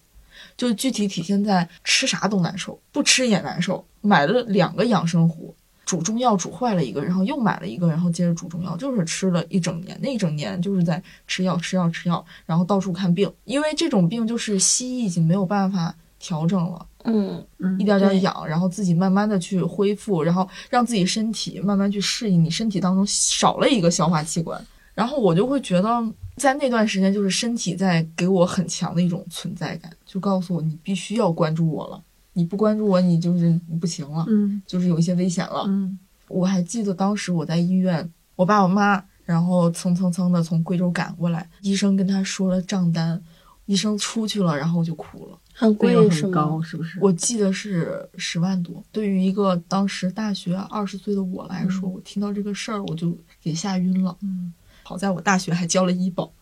就具体体现在吃啥都难受，不吃也难受。买了两个养生壶，煮中药煮坏了一个，然后又买了一个，然后接着煮中药，就是吃了一整年。那一整年就是在吃药、吃药、吃药，然后到处看病，因为这种病就是西医已经没有办法调整了。嗯，一点点对养，然后自己慢慢的去恢复，然后让自己身体慢慢去适应，你身体当中少了一个消化器官，然后我就会觉得，在那段时间，就是身体在给我很强的一种存在感，就告诉我你必须要关注我了，你不关注我，你就是不行了，嗯就是有一些危险了。嗯，我还记得当时我在医院，我爸我妈，然后蹭蹭蹭的从贵州赶过来，医生跟他说了账单，医生出去了，然后我就哭了。很费贵用是很吗高？是不是？我记得是十万多。对于一个当时大学二十岁的我来说，我听到这个事儿我就给吓晕了。嗯，好在我大学还交了医保，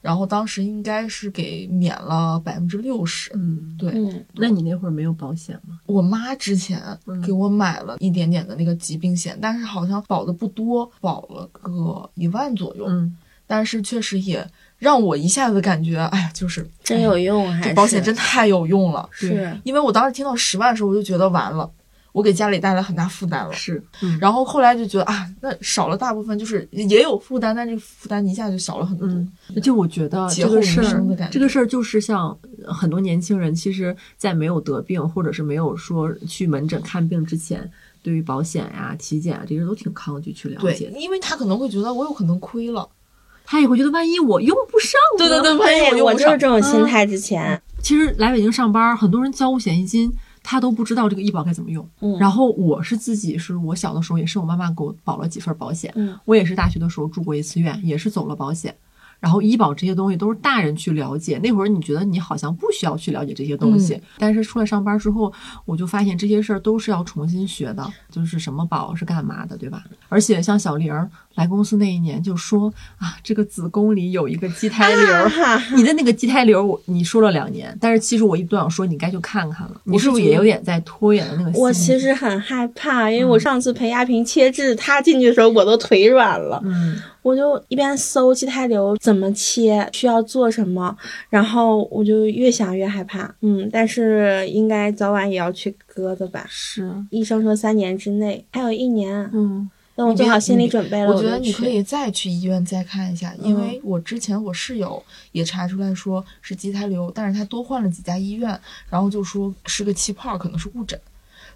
然后当时应该是给免了百分之六十。嗯，对、嗯，那你那会儿没有保险吗？我妈之前嗯给我买了一点点的那个疾病险，但是好像保的不多，保了个一万左右，嗯，但是确实也让我一下子感觉，哎呀，就是真有，用哎还这是保险真太有用了。是。因为我当时听到十万的时候，我就觉得完了，我给家里带来很大负担了。是。嗯，然后后来就觉得啊，那少了大部分，就是也有负担，但这个负担一下就小了很多。嗯，就我觉得劫这后个余事生的感儿，觉这个事儿就是像呃很多年轻人，其实，在没有得病或者是没有说去门诊看病之前，对于保险呀、体检啊这些都挺抗拒去了对解，的。因为他可能会觉得我有可能亏了。他也会觉得万一我用不上万呢，一对，用哎我不就是上，这种心态。之前，其实来北京上班，很多人交五险一金，他都不知道这个医保该怎么用。嗯然后我是自己，是我小的时候也是我妈妈给我保了几份保险。嗯，我也是大学的时候住过一次院，也是走了保险。然后医保这些东西都是大人去了解，那会儿你觉得你好像不需要去了解这些东西，嗯但是出来上班之后，我就发现这些事儿都是要重新学的，就是什么保是干嘛的，对吧？而且像小玲儿来公司那一年就说啊，这个子宫里有一个畸胎瘤啊儿。哈， [laughs] 你的那个畸胎瘤儿，我你说了两年，但是其实我一度想说，你该去看看了。你是不是也有点在拖延的那个心理？我其实很害怕，因为我上次陪亚萍切痣，她进去的时候我都腿软了，嗯，我就一边搜畸胎瘤怎么切，需要做什么，然后我就越想越害怕。嗯，但是应该早晚也要去割的吧？是，医生说三年之内，还有一年，啊嗯等我做好心理准哎备了，我觉得就你可去。。以再去医院再看一下，因嗯为我之前我室友也查出来说是畸胎瘤，但是她多换了几家医院，然后就说是个气泡，可能是误诊，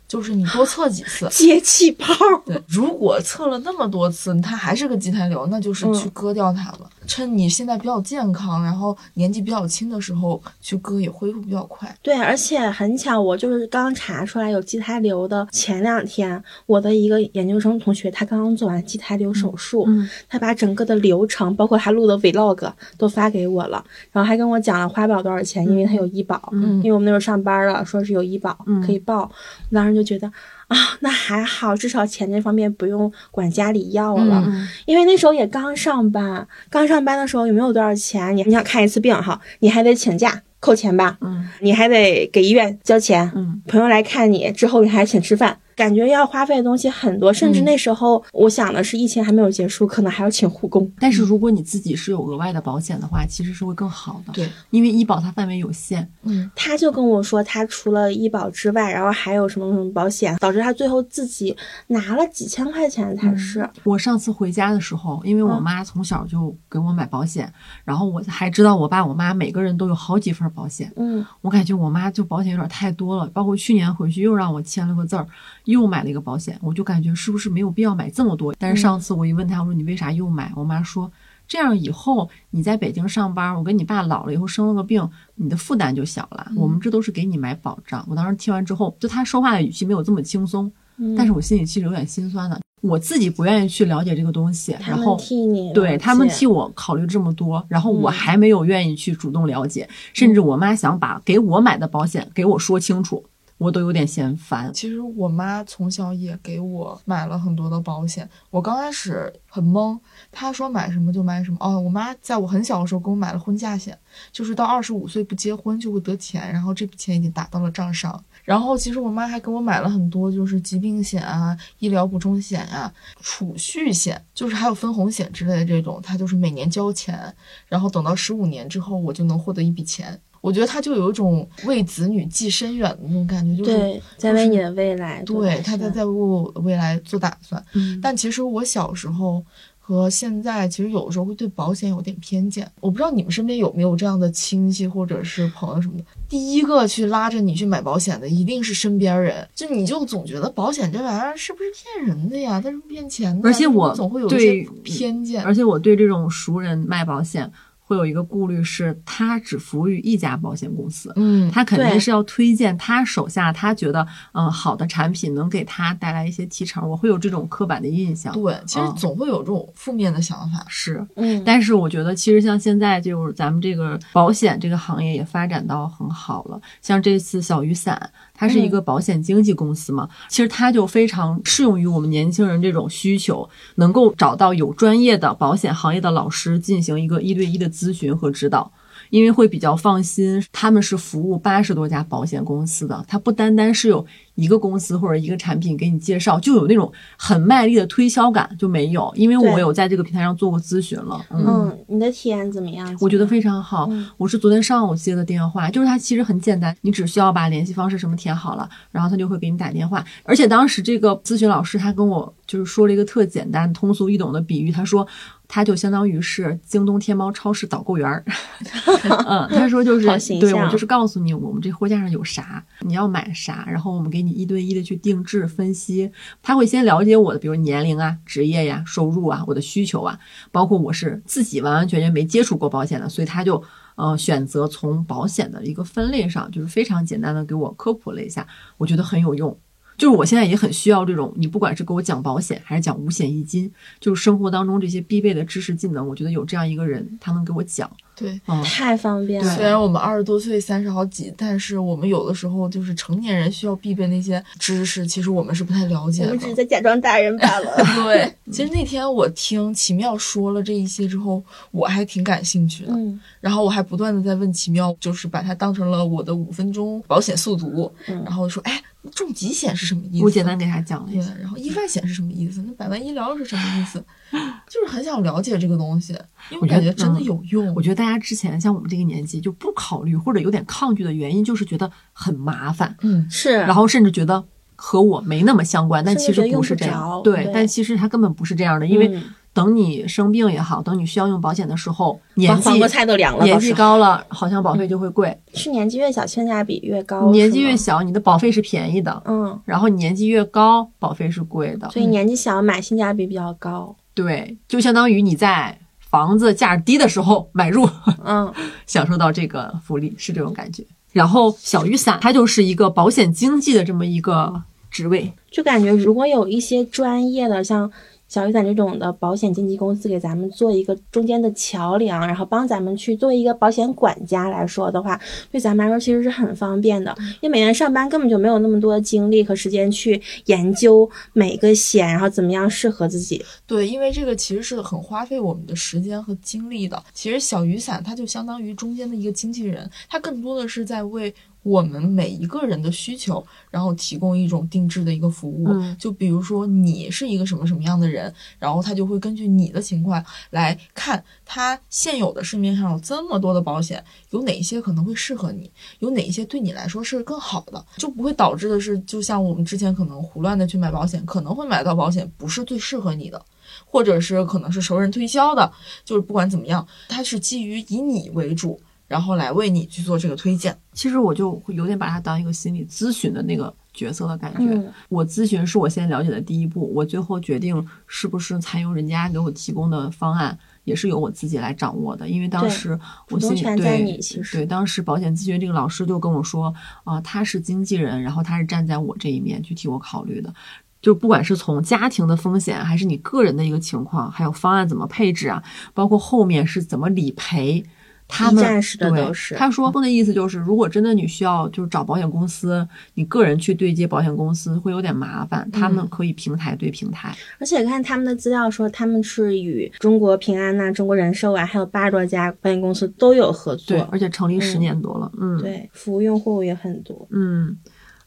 就是你多测几次 [laughs] 接气泡，对，如果测了那么多次，它还是个畸胎瘤，那就是去割掉它了。趁你现在比较健康，然后年纪比较轻的时候去割，也恢复比较快。对，而且很巧，我就是刚查出来有畸胎瘤的前两天，我的一个研究生同学，他刚刚做完畸胎瘤手术，嗯，他把整个的流程，包括他录的 vlog 都发给我了，然后还跟我讲了花不了多少钱，因为他有医保，嗯因为我们那时候上班了，说是有医保、嗯可以报，我当时就觉得啊，那还好，至少钱这方面不用管家里要了，嗯嗯因为那时候也刚上班，刚上班的时候也没有多少钱，你你想看一次病哈，你还得请假扣钱吧，嗯你还得给医院交钱，嗯朋友来看你之后，你还请吃饭，感觉要花费的东西很多，甚至嗯那时候我想的是疫情还没有结束，可能还要请护工。但是如果你自己是有额外的保险的话，其实是会更好的。，对，因为医保它范围有限。嗯，他就跟我说，他除了医保之外，然后还有什么什么保险，导致他最后自己拿了几千块钱嗯才是。我上次回家的时候，因为我嗯妈从小就给我买保险，然后我还知道我爸我妈每个人都有好几份保险。嗯，我感觉我妈就保险有点太多了，包括去年回去又让我签了个字儿，又买了一个保险，我就感觉是不是没有必要买这么多？嗯但是上次我一问她，我说你为啥又买？我妈说这样以后你在北京上班，我跟你爸老了以后生了个病，你的负担就小了。嗯我们这都是给你买保障。我当时听完之后，就她说话的语气没有这么轻松，嗯但是我心里其实有点心酸的。我自己不愿意去了解这个东西，他然们后替你，对他们替。我考虑这么多，然后我嗯还没有愿意去主动了解，甚至我妈想把给我买的保险给我说清楚，我都有点嫌烦。其实我妈从小也给我买了很多的保险，我刚开始很懵，她说买什么就买什么。哦，我妈在我很小的时候给我买了婚嫁险，就是到二十五岁不结婚就会得钱，然后这笔钱已经打到了账上。然后其实我妈还给我买了很多，就是疾病险啊、医疗补充险啊、储蓄险，就是还有分红险之类的这种，她就是每年交钱，然后等到十五年之后我就能获得一笔钱。我觉得她就有一种为子女计深远的那种感觉，就是对，在为你的未来，对，他在在在为我未来做打算。嗯但其实我小时候和现在，其实有的时候会对保险有点偏见。我不知道你们身边有没有这样的亲戚或者是朋友什么的。第一个去拉着你去买保险的，一定是身边人。就你就总觉得保险这玩意儿是不是骗人的呀？它是不是骗钱的呀？而且就是我你总会有一对些偏见。而且我对这种熟人卖保险会有一个顾虑是，他只服务于一家保险公司。嗯，他肯定对是要推荐他手下他觉得嗯好的产品能给他带来一些提成，我会有这种刻板的印象。对，其实嗯总会有这种负面的想法。是，嗯，但是我觉得，其实像现在就是咱们这个保险这个行业也发展到很好了。像这次小雨伞，它是一个保险经纪公司嘛，其实它就非常适用于我们年轻人这种需求，能够找到有专业的保险行业的老师进行一个一对一的咨询和指导。因为会比较放心，他们是服务八十多家保险公司的，它不单单是有一个公司或者一个产品给你介绍，就有那种很卖力的推销感就没有。因为我对有在这个平台上做过咨询了，嗯嗯，你的体验怎么样？我觉得非常好。嗯我是昨天上午接的电话，就是它其实很简单，你只需要把联系方式什么填好了，然后他就会给你打电话。而且当时这个咨询老师他跟我就是说了一个特简单、通俗易懂的比喻，他说。他就相当于是京东、天猫超市导购员儿， [laughs] 嗯，他说就是好形对象我就是告诉你我们这货架上有啥，你要买啥，然后我们给你一对一的去定制分析。他会先了解我的，比如年龄啊、职业呀、收入啊、我的需求啊，包括我是自己完完全全没接触过保险的，所以他就呃选择从保险的一个分类上，就是非常简单的给我科普了一下，我觉得很有用。就是我现在也很需要这种，你不管是给我讲保险还是讲五险一金，就是生活当中这些必备的知识技能，我觉得有这样一个人，他能给我讲，对，嗯，太方便虽了。然我们二十多岁、三十好几，但是我们有的时候就是成年人需要必备那些知识，其实我们是不太了解我的。们只是在假装大人罢 [laughs] 了。 [laughs] 嗯对，其实那天我听奇妙说了这一些之后，我还挺感兴趣的，嗯，然后我还不断的在问奇妙，就是把它当成了我的五分钟保险速读，嗯然后说，哎，重疾险是什么意思？我简单给他讲了对一下，，然后意外险是什么意思？那百万医疗是什么 [laughs] 意思？就是很想了解这个东西，因为我我觉得感觉真的嗯有用。我觉得大家之前像我们这个年纪就不考虑或者有点抗拒的原因，就是觉得很麻烦，嗯，是。然后甚至觉得和我没那么相关，但甚至其实觉得用不是不这样着。对对，但其实它根本不是这样的，因为嗯等你生病也好，等你需要用保险的时候，年黄纪黄瓜菜都凉了，年到纪时候高了，好像保费就会贵。是年纪越小，性价比越高。你年纪嗯哦是吗越小，你的保费是便宜的，嗯，然后你年纪越高，保费是贵的。所以年纪小买性价比比较高。对，就相当于你在房子价低的时候买入，嗯，享受到这个福利，是这种感觉。然后小雨伞，它就是一个保险经纪的这么一个职位，就感觉如果有一些专业的，像小雨伞这种的保险经纪公司给咱们做一个中间的桥梁，然后帮咱们去做一个保险管家来说的话，对咱们来说其实是很方便的。因为每天上班根本就没有那么多的精力和时间去研究每个险，然后怎么样适合自己。对，因为这个其实是很花费我们的时间和精力的。其实小雨伞它就相当于中间的一个经纪人，它更多的是在为我们每一个人的需求，然后提供一种定制的一个服务。嗯就比如说你是一个什么什么样的人，然后他就会根据你的情况来看，他现有的市面上有这么多的保险，有哪一些可能会适合你，有哪一些对你来说是更好的，就不会导致的是，就像我们之前可能胡乱的去买保险，可能会买到保险不是最适合你的。或者是可能是熟人推销的，就是不管怎么样，它是基于以你为主，然后来为你去做这个推荐。其实我就会有点把它当一个心理咨询的那个角色的感觉。嗯我咨询是我先了解的第一步，我最后决定是不是采用人家给我提供的方案，也是由我自己来掌握的。因为当对时我主心动里权在对你其实对，当时保险咨询这个老师就跟我说，啊、他是经纪人，然后他是站在我这一面去替我考虑的。就不管是从家庭的风险，还是你个人的一个情况，还有方案怎么配置啊，包括后面是怎么理赔，他一们站式的对都是他说的意思就是，如果真的你需要就是找保险公司，你个人去对接保险公司会有点麻烦，他们可以平台对平台。而且看他们的资料说，他们是与中国平安呐、中国人寿啊，还有八十多家保险公司都有合对，作。而且成立十嗯年多了，嗯，，对，服务用户也很多。嗯。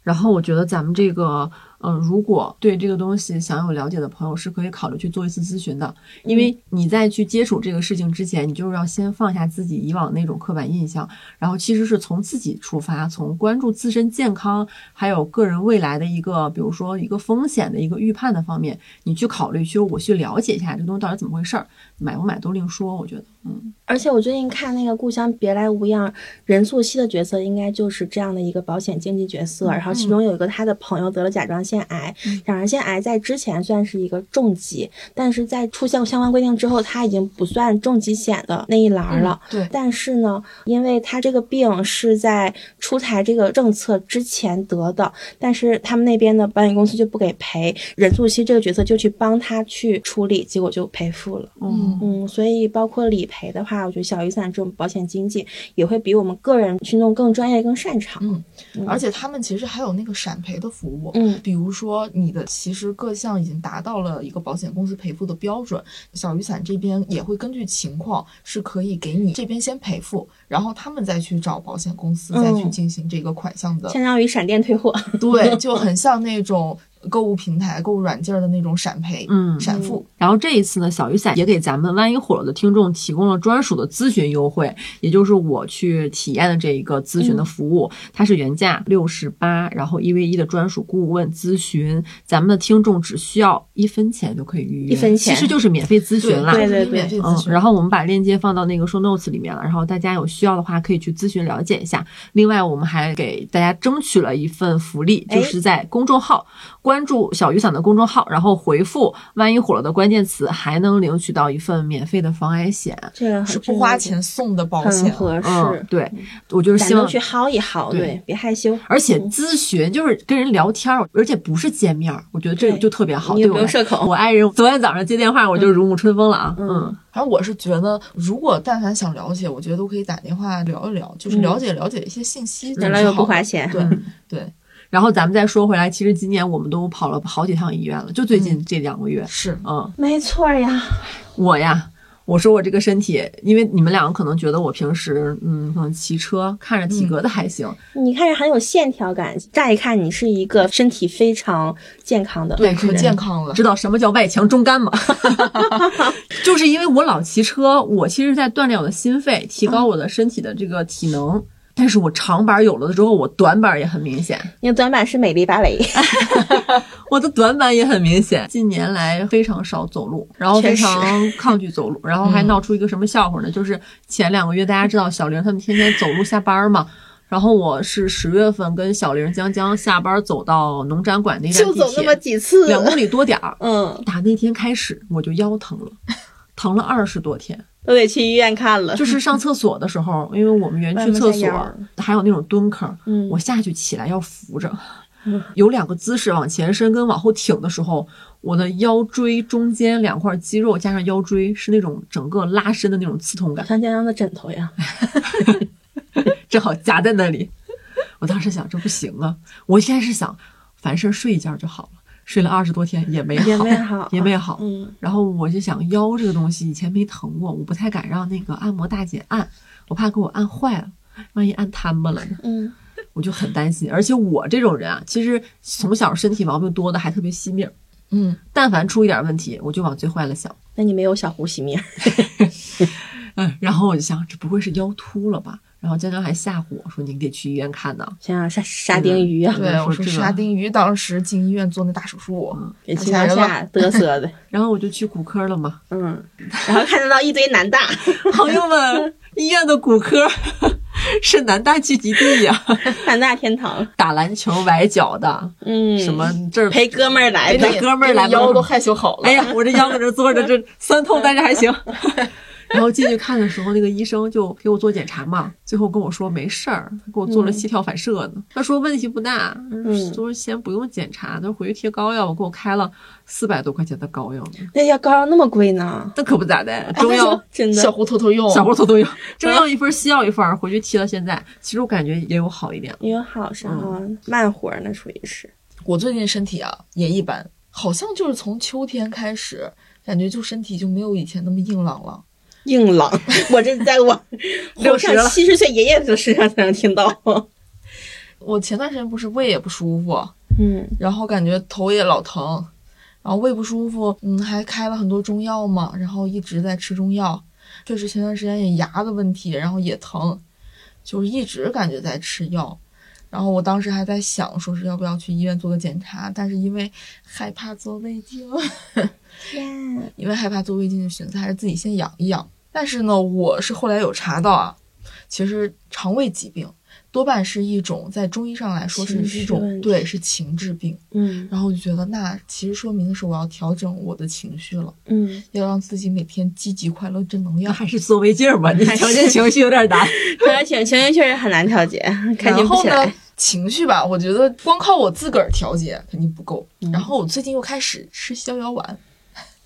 然后我觉得咱们这个，嗯、如果对这个东西想有了解的朋友，是可以考虑去做一次咨询的，因为你在去接触这个事情之前，你就是要先放下自己以往那种刻板印象，然后其实是从自己出发，从关注自身健康，还有个人未来的一个，比如说一个风险的一个预判的方面，你去考虑，去我去了解一下这东西到底怎么回事儿，买不买都另说，我觉得，嗯，而且我最近看那个《故乡别来无恙》，任素汐的角色应该就是这样的一个保险经纪角色。然后其中有一个她的朋友得了甲状腺癌，甲状腺癌在之前算是一个重疾，但是在出现相关规定之后，它已经不算重疾险的那一栏儿了。嗯对，但是呢，因为他这个病是在出台这个政策之前得的，但是他们那边的保险公司就不给赔，任素汐这个角色就去帮他去处理，结果就赔付了。嗯嗯，所以包括理赔的话，我觉得小雨伞这种保险经纪也会比我们个人去弄更专业、更擅长。嗯而且他们其实还有那个闪赔的服务。嗯比如说，你的其实各项已经达到了一个保险公司赔付的标准，小雨伞这边也会根据情况是可以给你这边先赔付，然后他们再去找保险公司再去嗯进行这个款项的相当于闪电退货。对，就很像那种购物平台、购物软件儿的那种闪赔、嗯闪付。然后这一次呢，小雨伞也给咱们万一火了的听众提供了专属的咨询优惠，也就是我去体验的这一个咨询嗯的服务，它是原价六十八，然后一 v 一的专属顾问咨询，咱们的听众只需要一分钱就可以预约，一分钱其实就是免费嗯咨询啦。对对对对免费嗯咨，询。然后我们把链接放到那个 show notes 里面了，然后大家有需要的话可以去咨询了解一下。另外，我们还给大家争取了一份福利，哎就是在公众号“故关注小雨伞的公众号，然后回复“万一火了”的关键词，还能领取到一份免费的防癌险。这个很是不花，钱送的保这个很险，啊合嗯适，，对，我就是咱希望们去薅一薅，对对，别害羞。而且嗯咨询就是跟人聊天儿，而且不是见面儿，我觉得这个对就特别好。你也对不我用来社恐我，爱人昨天早上接电话，我就如沐春风了啊。嗯嗯，反正我是觉得，如果但凡想了解，我觉得都可以打电话聊一聊，就是嗯了解了解一些信息，聊聊又不花钱，嗯对嗯对然后咱们再说回来，其实今年我们都跑了好几趟医院了，就最近嗯这两个月。是，嗯，没错呀，我呀，我说我这个身体，因为你们两个可能觉得我平时，嗯，可能骑车看着体格子还行，你看着很有线条感，乍一看你是一个身体非常健康的，对，可人健康了知。道什么叫外强中干吗？ [laughs] 就是因为我老骑车，我其实在锻炼我的心肺，提高我的身体的这个体能。但是我长板有了之后，我短板也很明显，你的短板是美丽芭蕾，我的短板也很明显。近年来非常少走路，然后非确实嗯常 [laughs] 抗拒走路，然后还闹出一个什么笑话呢？就是前两个月大家知道小玲他们天天走路下班嘛。然后我是十月份跟小玲、江江下班走到农展馆那站就地走那么铁，几次，两公里多点儿，嗯，打那天开始我就腰疼了，疼了二十多天。都得去医院看了，就是上厕所的时候，因为我们园区厕弯不下腰所还有那种蹲坑，嗯我下去起来要扶着，有两个姿势往前伸跟往后挺的时候，我的腰椎中间两块肌肉加上腰椎是那种整个拉伸的那种刺痛感，像江江的枕头呀，正好夹在那里。 [laughs] 我当时想这不行啊，我一开始想凡事睡一觉就好了，睡了二十多天也没好，也没好也没好，嗯，然后我就想腰这个东西以前没疼过，我不太敢让那个按摩大姐按，我怕给我按坏了，万一按瘫巴了呢，嗯，我就很担心。而且我这种人啊，其实从小身体毛病多的，还特别惜命儿，嗯，但凡出一点问题，我就往最坏了想。那你没有小胡洗面，嗯，然后我就想，这不会是腰突了吧？然后江江还吓唬我说：“你得去医院看呢。想想沙沙丁鱼啊，对，我说说这个沙丁鱼当时进医院做那大手术，给秦皇下嘚瑟 [laughs] 的，”然后我就去骨科了嘛，嗯，然后看得到一堆南 [laughs] 大，朋友们，医院的骨科 [laughs] 是南大聚集地呀、南大天堂，打篮球崴脚的，嗯，什么这儿陪哎哥们儿来给的，你哥们儿来给你腰了都害羞好了。哎，呀，我这腰搁这坐着， [laughs] 这酸痛，但是还行。 [laughs] 然后进去看的时候，那个医生就给我做检查嘛，最后跟我说没事儿，给我做了膝跳反射呢。他说问题不大，嗯说先不用检查，他说回去贴膏药吧，给我开了四百多块钱的膏药呢， [laughs] 那哎药膏药那么贵呢？那可不咋的，中 [laughs] 药。真小的，胡偷偷用，小包头 [laughs] 都有，中药一份儿，西药一份儿，回去贴到现在，其实我感觉也有好一点。也有好啥啊？慢活儿那属于是，我最近身体啊也一般，好像就是从秋天开始，感觉就身体就没有以前那么硬朗了。硬朗， [laughs] 我这在 [laughs] 我活60了上七十岁爷爷的身上才能听到。我前段时间不是胃也不舒服， [laughs] [laughs] 嗯，然后感觉头也老疼，然后胃不舒服，嗯，还开了很多中药嘛，然后一直在吃中药。确实前段时间也牙的问题，然后也疼，就是一直感觉在吃药。然后我当时还在想，说是要不要去医院做个检查，但是因为害怕做胃镜， [laughs] 啊因为害怕做胃镜，就寻思还是自己先养一养。但是呢，我是后来有查到啊，其实肠胃疾病多半是一种在中医上来说是情绪一问种题对是情志病。嗯然后我就觉得，那其实说明的是我要调整我的情绪了，嗯，要让自己每天积极快乐正能 [laughs] 那量。还是做胃镜儿吧，你调节情绪有点 [laughs] 难。调节情情绪确实很难调节，开然心不后起来呢。，情绪吧，我觉得光靠我自个儿调节肯定不够。然后我最近又开始吃逍遥丸，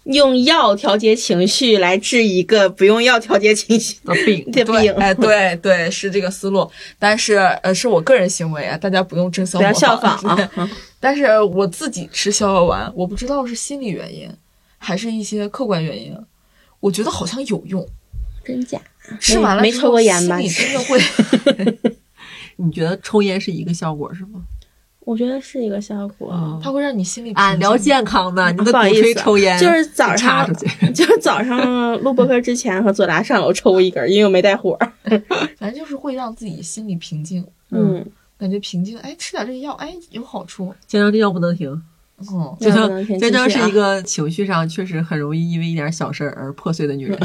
用药调节情绪来治一个不用药调节情绪的病 [laughs] 的对，病，哎，对对，是这个思路。但是呃，是我个人行为啊，大家不用争相不要模效仿仿 [laughs] 啊。嗯但是我自己吃逍遥丸，我不知道是心理原因，还是一些客观原因。我觉得好像有用，真假？吃完了没之抽后过烟吧心里真的会。 [laughs] 你觉得抽烟是一个效果是吗？我觉得是一个效果。嗯 [laughs] 它会让你 [laughs] 心里俺平聊静健康呢，你都不好鼓意吹思啊抽烟，就是早 [laughs] 插上出去。 [laughs] 就是早上录播客之前和左达上楼抽一根，因为我没带火。反正就是会让自己心里平静，嗯嗯，感觉平静，哎，吃点这个药，哎，有好处。健康这药不能停，嗯，这那就不能全这继就续是啊一个情绪上确实很容易因为一点小事儿而破碎的女 [laughs] 人。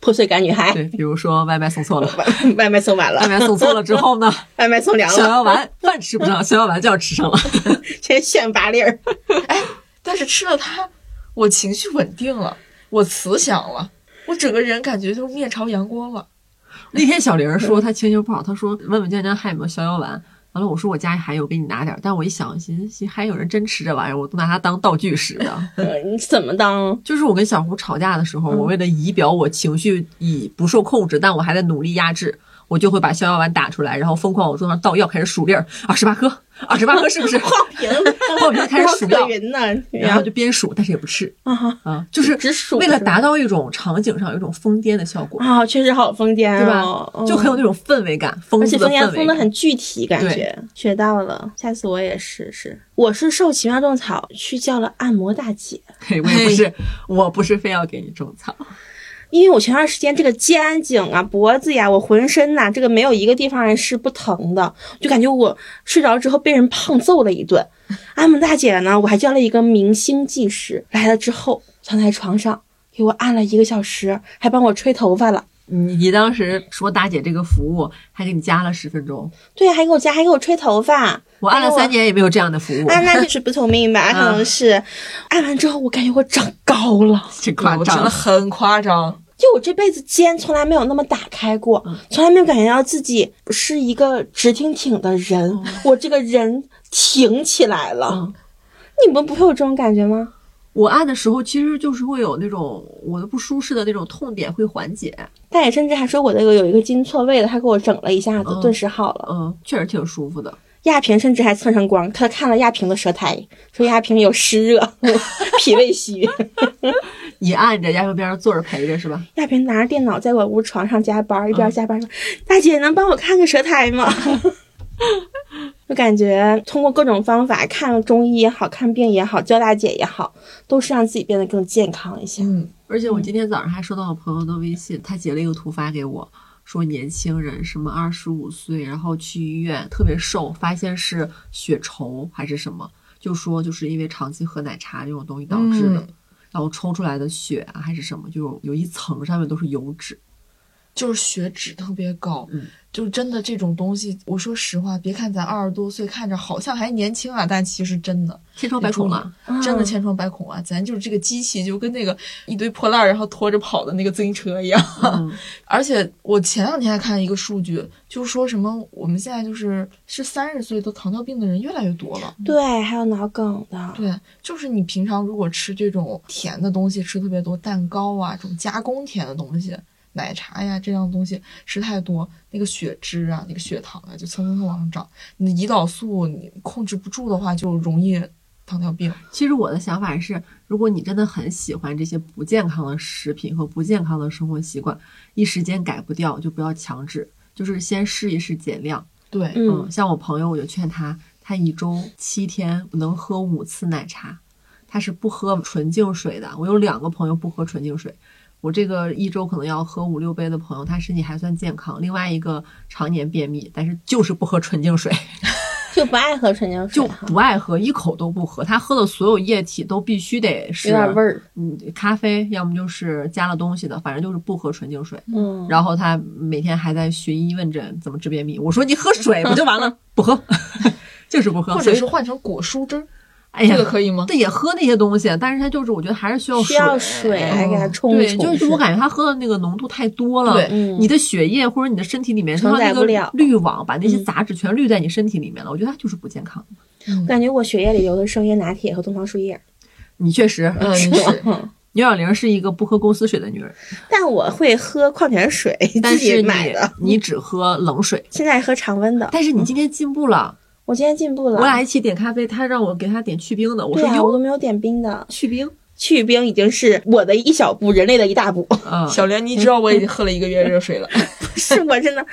破碎感女孩，对，嗯比如说外卖送错了，外 [laughs] 外卖送晚了外，卖送错了之 [laughs] 后呢，外卖送凉小了，药丸饭吃不上，小药丸就要吃 [laughs] 上了。先炫 [laughs] 拔粒儿。但是吃了它，我情绪稳定了，我慈祥了，我整个人感觉就面朝阳光了。那天小玲儿说她心情不好，她说问问江江还有没有逍遥丸。完了，我说我家里还有，给你拿点儿。但我一想，寻思还有人真吃这玩意儿，我都拿它当道具使的。呃你怎么当？就是我跟小胡吵架的时嗯候，我为了以表我情绪已不受控制，但我还在努力压制，我就会把逍遥丸打出来，然后疯狂往桌上倒药，开始数粒儿，二十八颗，二十八颗 [laughs] 是不是？平，后面 [laughs] 开始数可药，云呢，然后就边数，但是也不吃 [laughs] 啊啊，就是只数为了是吧达到一种场景上有一种疯癫的效果，啊，确实好疯癫对吧哦，？就很有嗯那种氛围感，疯而且子的疯癫氛疯围 [laughs] 的感。很具体，感觉学到了，下次我也试试。我是受奇妙种草去叫了按摩大姐，嘿，我也不是，我不是非要给你种草。因为我前段时间这个肩颈啊、脖子呀、我浑身呐、这个没有一个地方是不疼的，就感觉我睡着之后被人胖揍了一顿。安姆大姐呢，我还叫了一个明星技师来了之后，躺在床上给我按了一个小时，还帮我吹头发了。你你当时说大姐这个服务还给你加了十分钟，对呀，还给我夹，还给我吹头发。我按了哎呦三年也没有这样的服务， [laughs] 啊，那就是不同命啊吧，可能是。按完之后，我感觉我长高了，这夸我真张的。很夸张。就我这辈子肩从来没有那么打开过，嗯从来没有感觉到自己是一个直挺挺的人，我这个人挺起来了。嗯你们不会有这种感觉吗？我按的时候其实就是会有那种我的不舒适的那种痛点会缓解，大姐甚至还说我这个有一个筋错位了，她给我整了一下子，嗯顿时好了。嗯，确实挺舒服的。亚萍甚至还蹭上光，她看了亚萍的舌苔，说亚萍有湿热， [laughs] 脾胃虚。你按着，丫头边上坐着陪着是吧？亚萍拿着电脑在我屋床上加班，一边嗯加班说：“大姐，能帮我看个舌苔吗？” [laughs] 就感觉通过各种方法，看中医也好看病也好，叫大姐也好，都是让自己变得更健康一些。嗯，而且我今天早上还收到我朋友的微信，他截了一个图发给我，说年轻人什么二十五岁，然后去医院特别瘦，发现是血稠还是什么，就说就是因为长期喝奶茶这种东西导致的，嗯然后抽出来的血啊还是什么，就有有一层上面都是油脂。就是血脂特别高，嗯就真的这种东西，我说实话，别看咱二十多岁看着好像还年轻啊，但其实真的千疮百孔啊了，真嗯的千疮百孔啊！咱就是这个机器，就跟那个一堆破烂儿然后拖着跑的那个自行车一样。嗯 [laughs] 而且我前两天还看一个数据，就说什么我们现在就是是三十岁得糖尿病的人越来越多了。对，还有脑梗的，对，就是你平常如果吃这种甜的东西吃特别多，蛋糕啊这种加工甜的东西，奶茶呀这样的东西吃太多，那个血脂啊，那个血糖啊就蹭蹭蹭往上涨。你的胰岛素你控制不住的话，就容易糖尿病。其实我的想法是，如果你真的很喜欢这些不健康的食品和不健康的生活习惯，一时间改不掉就不要强制，就是先试一试减量。对，嗯嗯，，像我朋友，我就劝他，他一周七天能喝五次奶茶，他是不喝纯净水的。我有两个朋友不喝纯净水，我这个一周可能要喝五六杯的朋友，他身体还算健康。另外一个常年便秘，但是就是不喝纯净水，就不爱喝纯净水就哈，不爱喝，一口都不喝。他喝的所有液体都必须得是有点味儿。嗯，咖啡，要么就是加了东西的，反正就是不喝纯净水。嗯，然后他每天还在寻医问诊怎么治便秘。我说你喝水不就完 [laughs] 了？不喝， [laughs] 就是不喝。或者是所以换成果蔬汁儿，哎呀，这个可以吗？他也喝那些东西，但是他就是我觉得还是需要需水。哦哎要水来给它冲一对，冲。就是我感觉他喝的那个浓度太多了。对嗯你的血液或者你的身体里面，承它那载不了个滤网把那些嗯杂质全滤在你身体里面了。我觉得它就是不健康。嗯感觉我血液里流的生椰拿铁和东方树叶。你确实，嗯，是。牛小玲是一个不喝公司水的女人，但我会喝矿泉水，但自是己你买的。你只喝冷水。现在喝常温的。但是你今天进步了，我今天进步了，我俩一起点咖啡，他让我给他点去冰的，我啊对说啊，我哟，都没有点冰的。去冰，去冰已经是我的一小步，人类的 [laughs] 一大步。嗯，小莲，你知道我已经喝了一个月热 [laughs] 水了。是我真的，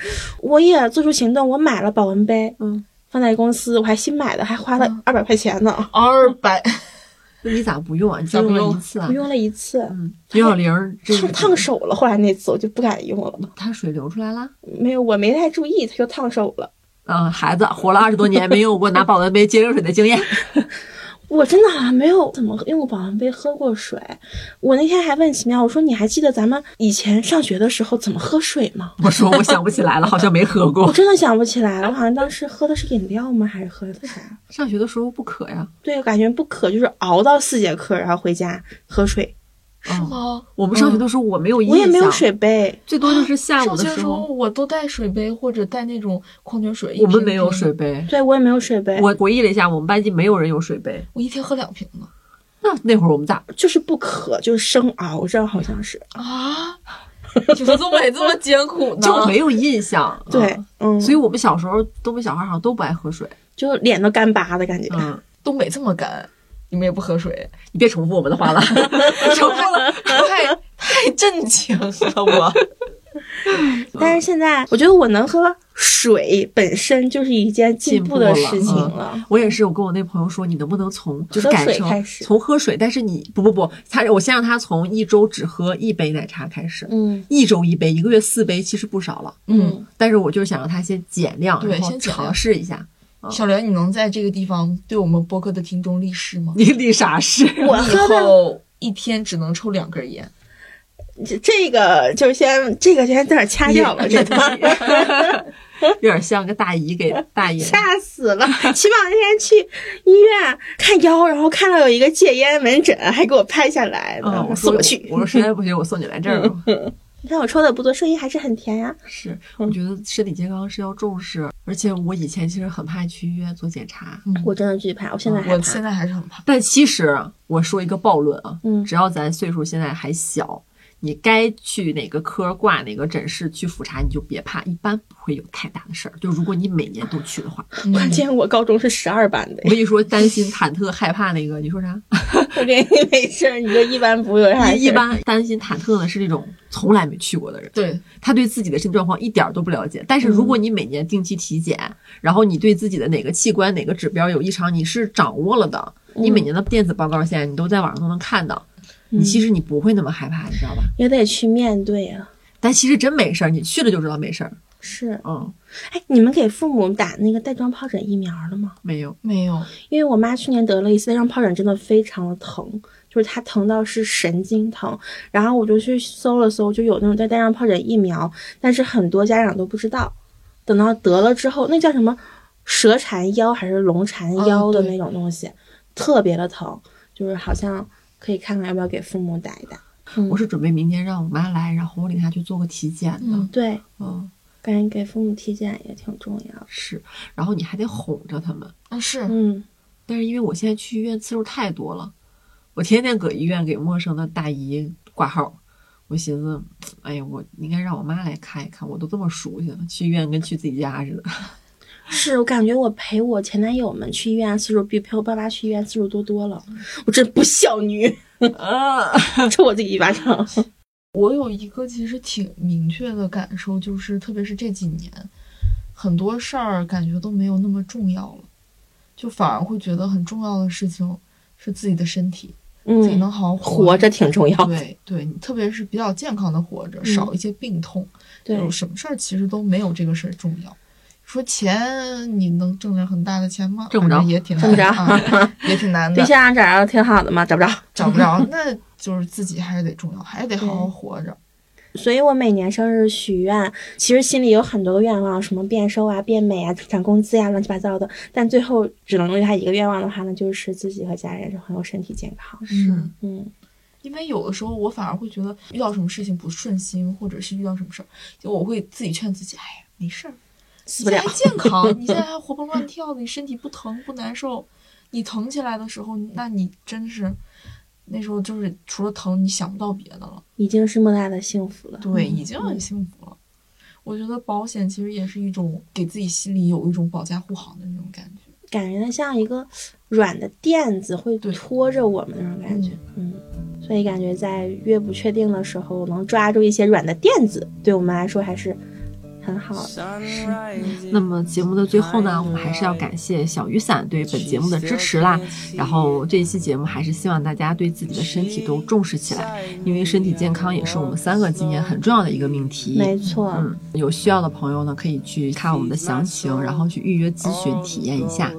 我也做出行动，我买了保温杯，嗯，放在公司，我还新买的，还花了二百块钱嗯呢，二百，那你咋不用啊？你咋就不用用了一次啊我？用了一次，嗯，牛小玲儿这烫烫手了。后来那次我就不敢用了，她水流出来了。没有，我没太注意，它就烫手了。嗯，孩子活了二十多年，没有过拿保温杯接热水的经验。我真的好像没有怎么用过保温杯喝过水。我那天还问奇妙，我说你还记得咱们以前上学的时候怎么喝水吗？ [laughs] 我说我想不起来了，好像没喝我过。真的想不起来了，我好像当时喝的是饮料吗？还是喝的啥？上学的时候不渴呀，对，我感觉不渴，就是熬到四节课，然后回家喝水。嗯是吗？我们上学的时候我没有印象，嗯我也没有水杯，最多就是下午上的学时候候，我都带水杯或者带那种矿泉水，一我们瓶没有瓶水的，杯。对我也没有水杯，我回忆了一下，我们班级没有人有水杯。我一天喝两瓶呢。那那会儿我们咋？就是不渴，就是生熬着，好像是。啊，你们东北这么艰苦呢？ [laughs] 就没有印象。嗯对嗯，嗯，所以我们小时候东北小孩好像都不爱喝水。就脸都干巴的感觉。 [laughs] 嗯，东北这么干，你们也不喝水，你别重复我们的 [laughs] 话了。重复了， [laughs] 太太震惊了我。但是现在，我觉得我能喝水本身就是一件进步的事情进步了。我也是，我跟我那朋友说，你能不能从就是改喝水成开始从喝水，但是你不不不，他我先让他从一周只喝一杯奶茶开始，嗯一周一杯，一个月四杯，其实不少了。嗯，但是我就是想让他先减量，对然后先减量尝试一下。嗯小莲，你能在这个地方对我们播客的听众立誓吗？你立啥 [laughs] 誓？我你以喝的后一天只能抽两根烟，这这个就先这个先在这儿掐掉了，这段儿 [laughs] 有点像个大姨给大爷。吓死了。起码那天去医院看腰，然后看到有一个戒烟门诊，还给我拍下来嗯，我说的，送我去。嗯我说实在不行，我送你来这儿吧。你看我抽的不多，声音还是很甜呀。是，我觉得身体健康是要重视，而且我以前其实很怕去医院做检查，我真的惧怕，我现哦在嗯害我怕现。在还是很怕。但其实我说一个暴论啊，嗯只要咱岁数现在还小，你该去哪个科挂哪个诊室去复查，你就别怕，一般不会有太大的事儿。就如果你每年都去的话，关键我高中是十二班的我，跟你说，担心、忐忑、害怕那个，你说啥？我给你没事儿，你就一般不会有啥事 [laughs] 儿。一一般担心、忐忑的是那种从来没去过的人。对，他对自己的身体状况一点儿都不了解。但是如果你每年定期体检，然后你对自己的哪个器官、哪个指标有异常，你是掌握了的，你每年的电子报告现在你都在网上都能看到，你其实你不会那么害怕，你知道吧？也得去面对啊。但其实真没事儿，你去了就知道没事儿。是，嗯，哎，你们给父母打那个带状疱疹疫苗了吗？没有，没有，因为我妈去年得了一次带状疱疹，真的非常的疼，就是她疼到是神经疼。然后我就去搜了搜，就有那种带带状疱疹疫苗，但是很多家长都不知道。等到得了之后，那叫什么蛇缠腰还是龙缠腰的对那种东西，特别的疼，就是好像可以看看要不要给父母打一打。嗯我是准备明天让我妈来，然后我领她去做个体检的。嗯对，嗯，感觉给父母体检也挺重要的。是，然后你还得哄着他们。啊是嗯，但是因为我现在去医院次数太多了，我天天搁医院给陌生的大姨挂号，我寻思，哎呀，我应该让我妈来看一看，我都这么熟悉了，去医院跟去自己家似的。是我感觉我陪我前男友们去医院次数比陪我爸妈去医院次数多多了，我真不孝女，啊， [laughs] 抽我自己一巴掌。我有一个其实挺明确的感受，就是特别是这几年，很多事儿感觉都没有那么重要了，就反而会觉得很重要的事情是自己的身体，自己嗯，能好好 [laughs] 活着。着挺重要的。对对，你特别是比较健康的活着，少一些病痛， [laughs] 对有什么事儿其实都没有这个事儿重要。说钱你能挣着很大的钱吗？挣不着反正也挺挣不着难的 [laughs] 啊也挺难的 [laughs] 对。象找着挺好的嘛，找不着。找不 [laughs] 着，那就是自己还是得重要，还是得好好活着。所以我每年生日许愿，其实心里有很多个愿望，什么变瘦啊、变美啊、涨工资呀、乱七八糟的。但最后只能留下一个愿望的话呢，就是自己和家人是很有身体健康。 [laughs] 嗯，嗯，因为有的时候我反而会觉得遇到什么事情不顺心，或者是遇到什么事儿，就我会自己劝自己，哎呀，没事儿，死你不现在了还。健康， [laughs] 你现在还活蹦乱跳的，你身体不疼不难受，你疼起来的时候，那你真是那时候就是除了疼，你想不到别的了。已经是莫大的幸福了。对，已经很幸福了。我觉得保险其实也是一种给自己心里有一种保驾护航的那种感觉。感觉它像一个软的垫子，会对拖着我们那种感觉。嗯，所以感觉在越不确定的时候，能抓住一些软的垫子，对我们来说还是很好的。那么节目的最后哎呢，我们还是要感谢小雨伞对本节目的支持啦。然后这一期节目还是希望大家对自己的身体都重视起来，因为身体健康也是我们三个今年很重要的一个命题。没错，嗯，有需要的朋友呢，可以去看我们的详情，然后去预约咨询体验一下。哦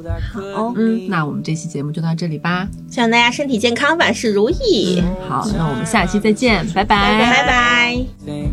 好嗯，那我们这期节目就到这里吧。希望大家身体健康，万事如意，好，那我们下期再见，拜拜拜拜。 thing.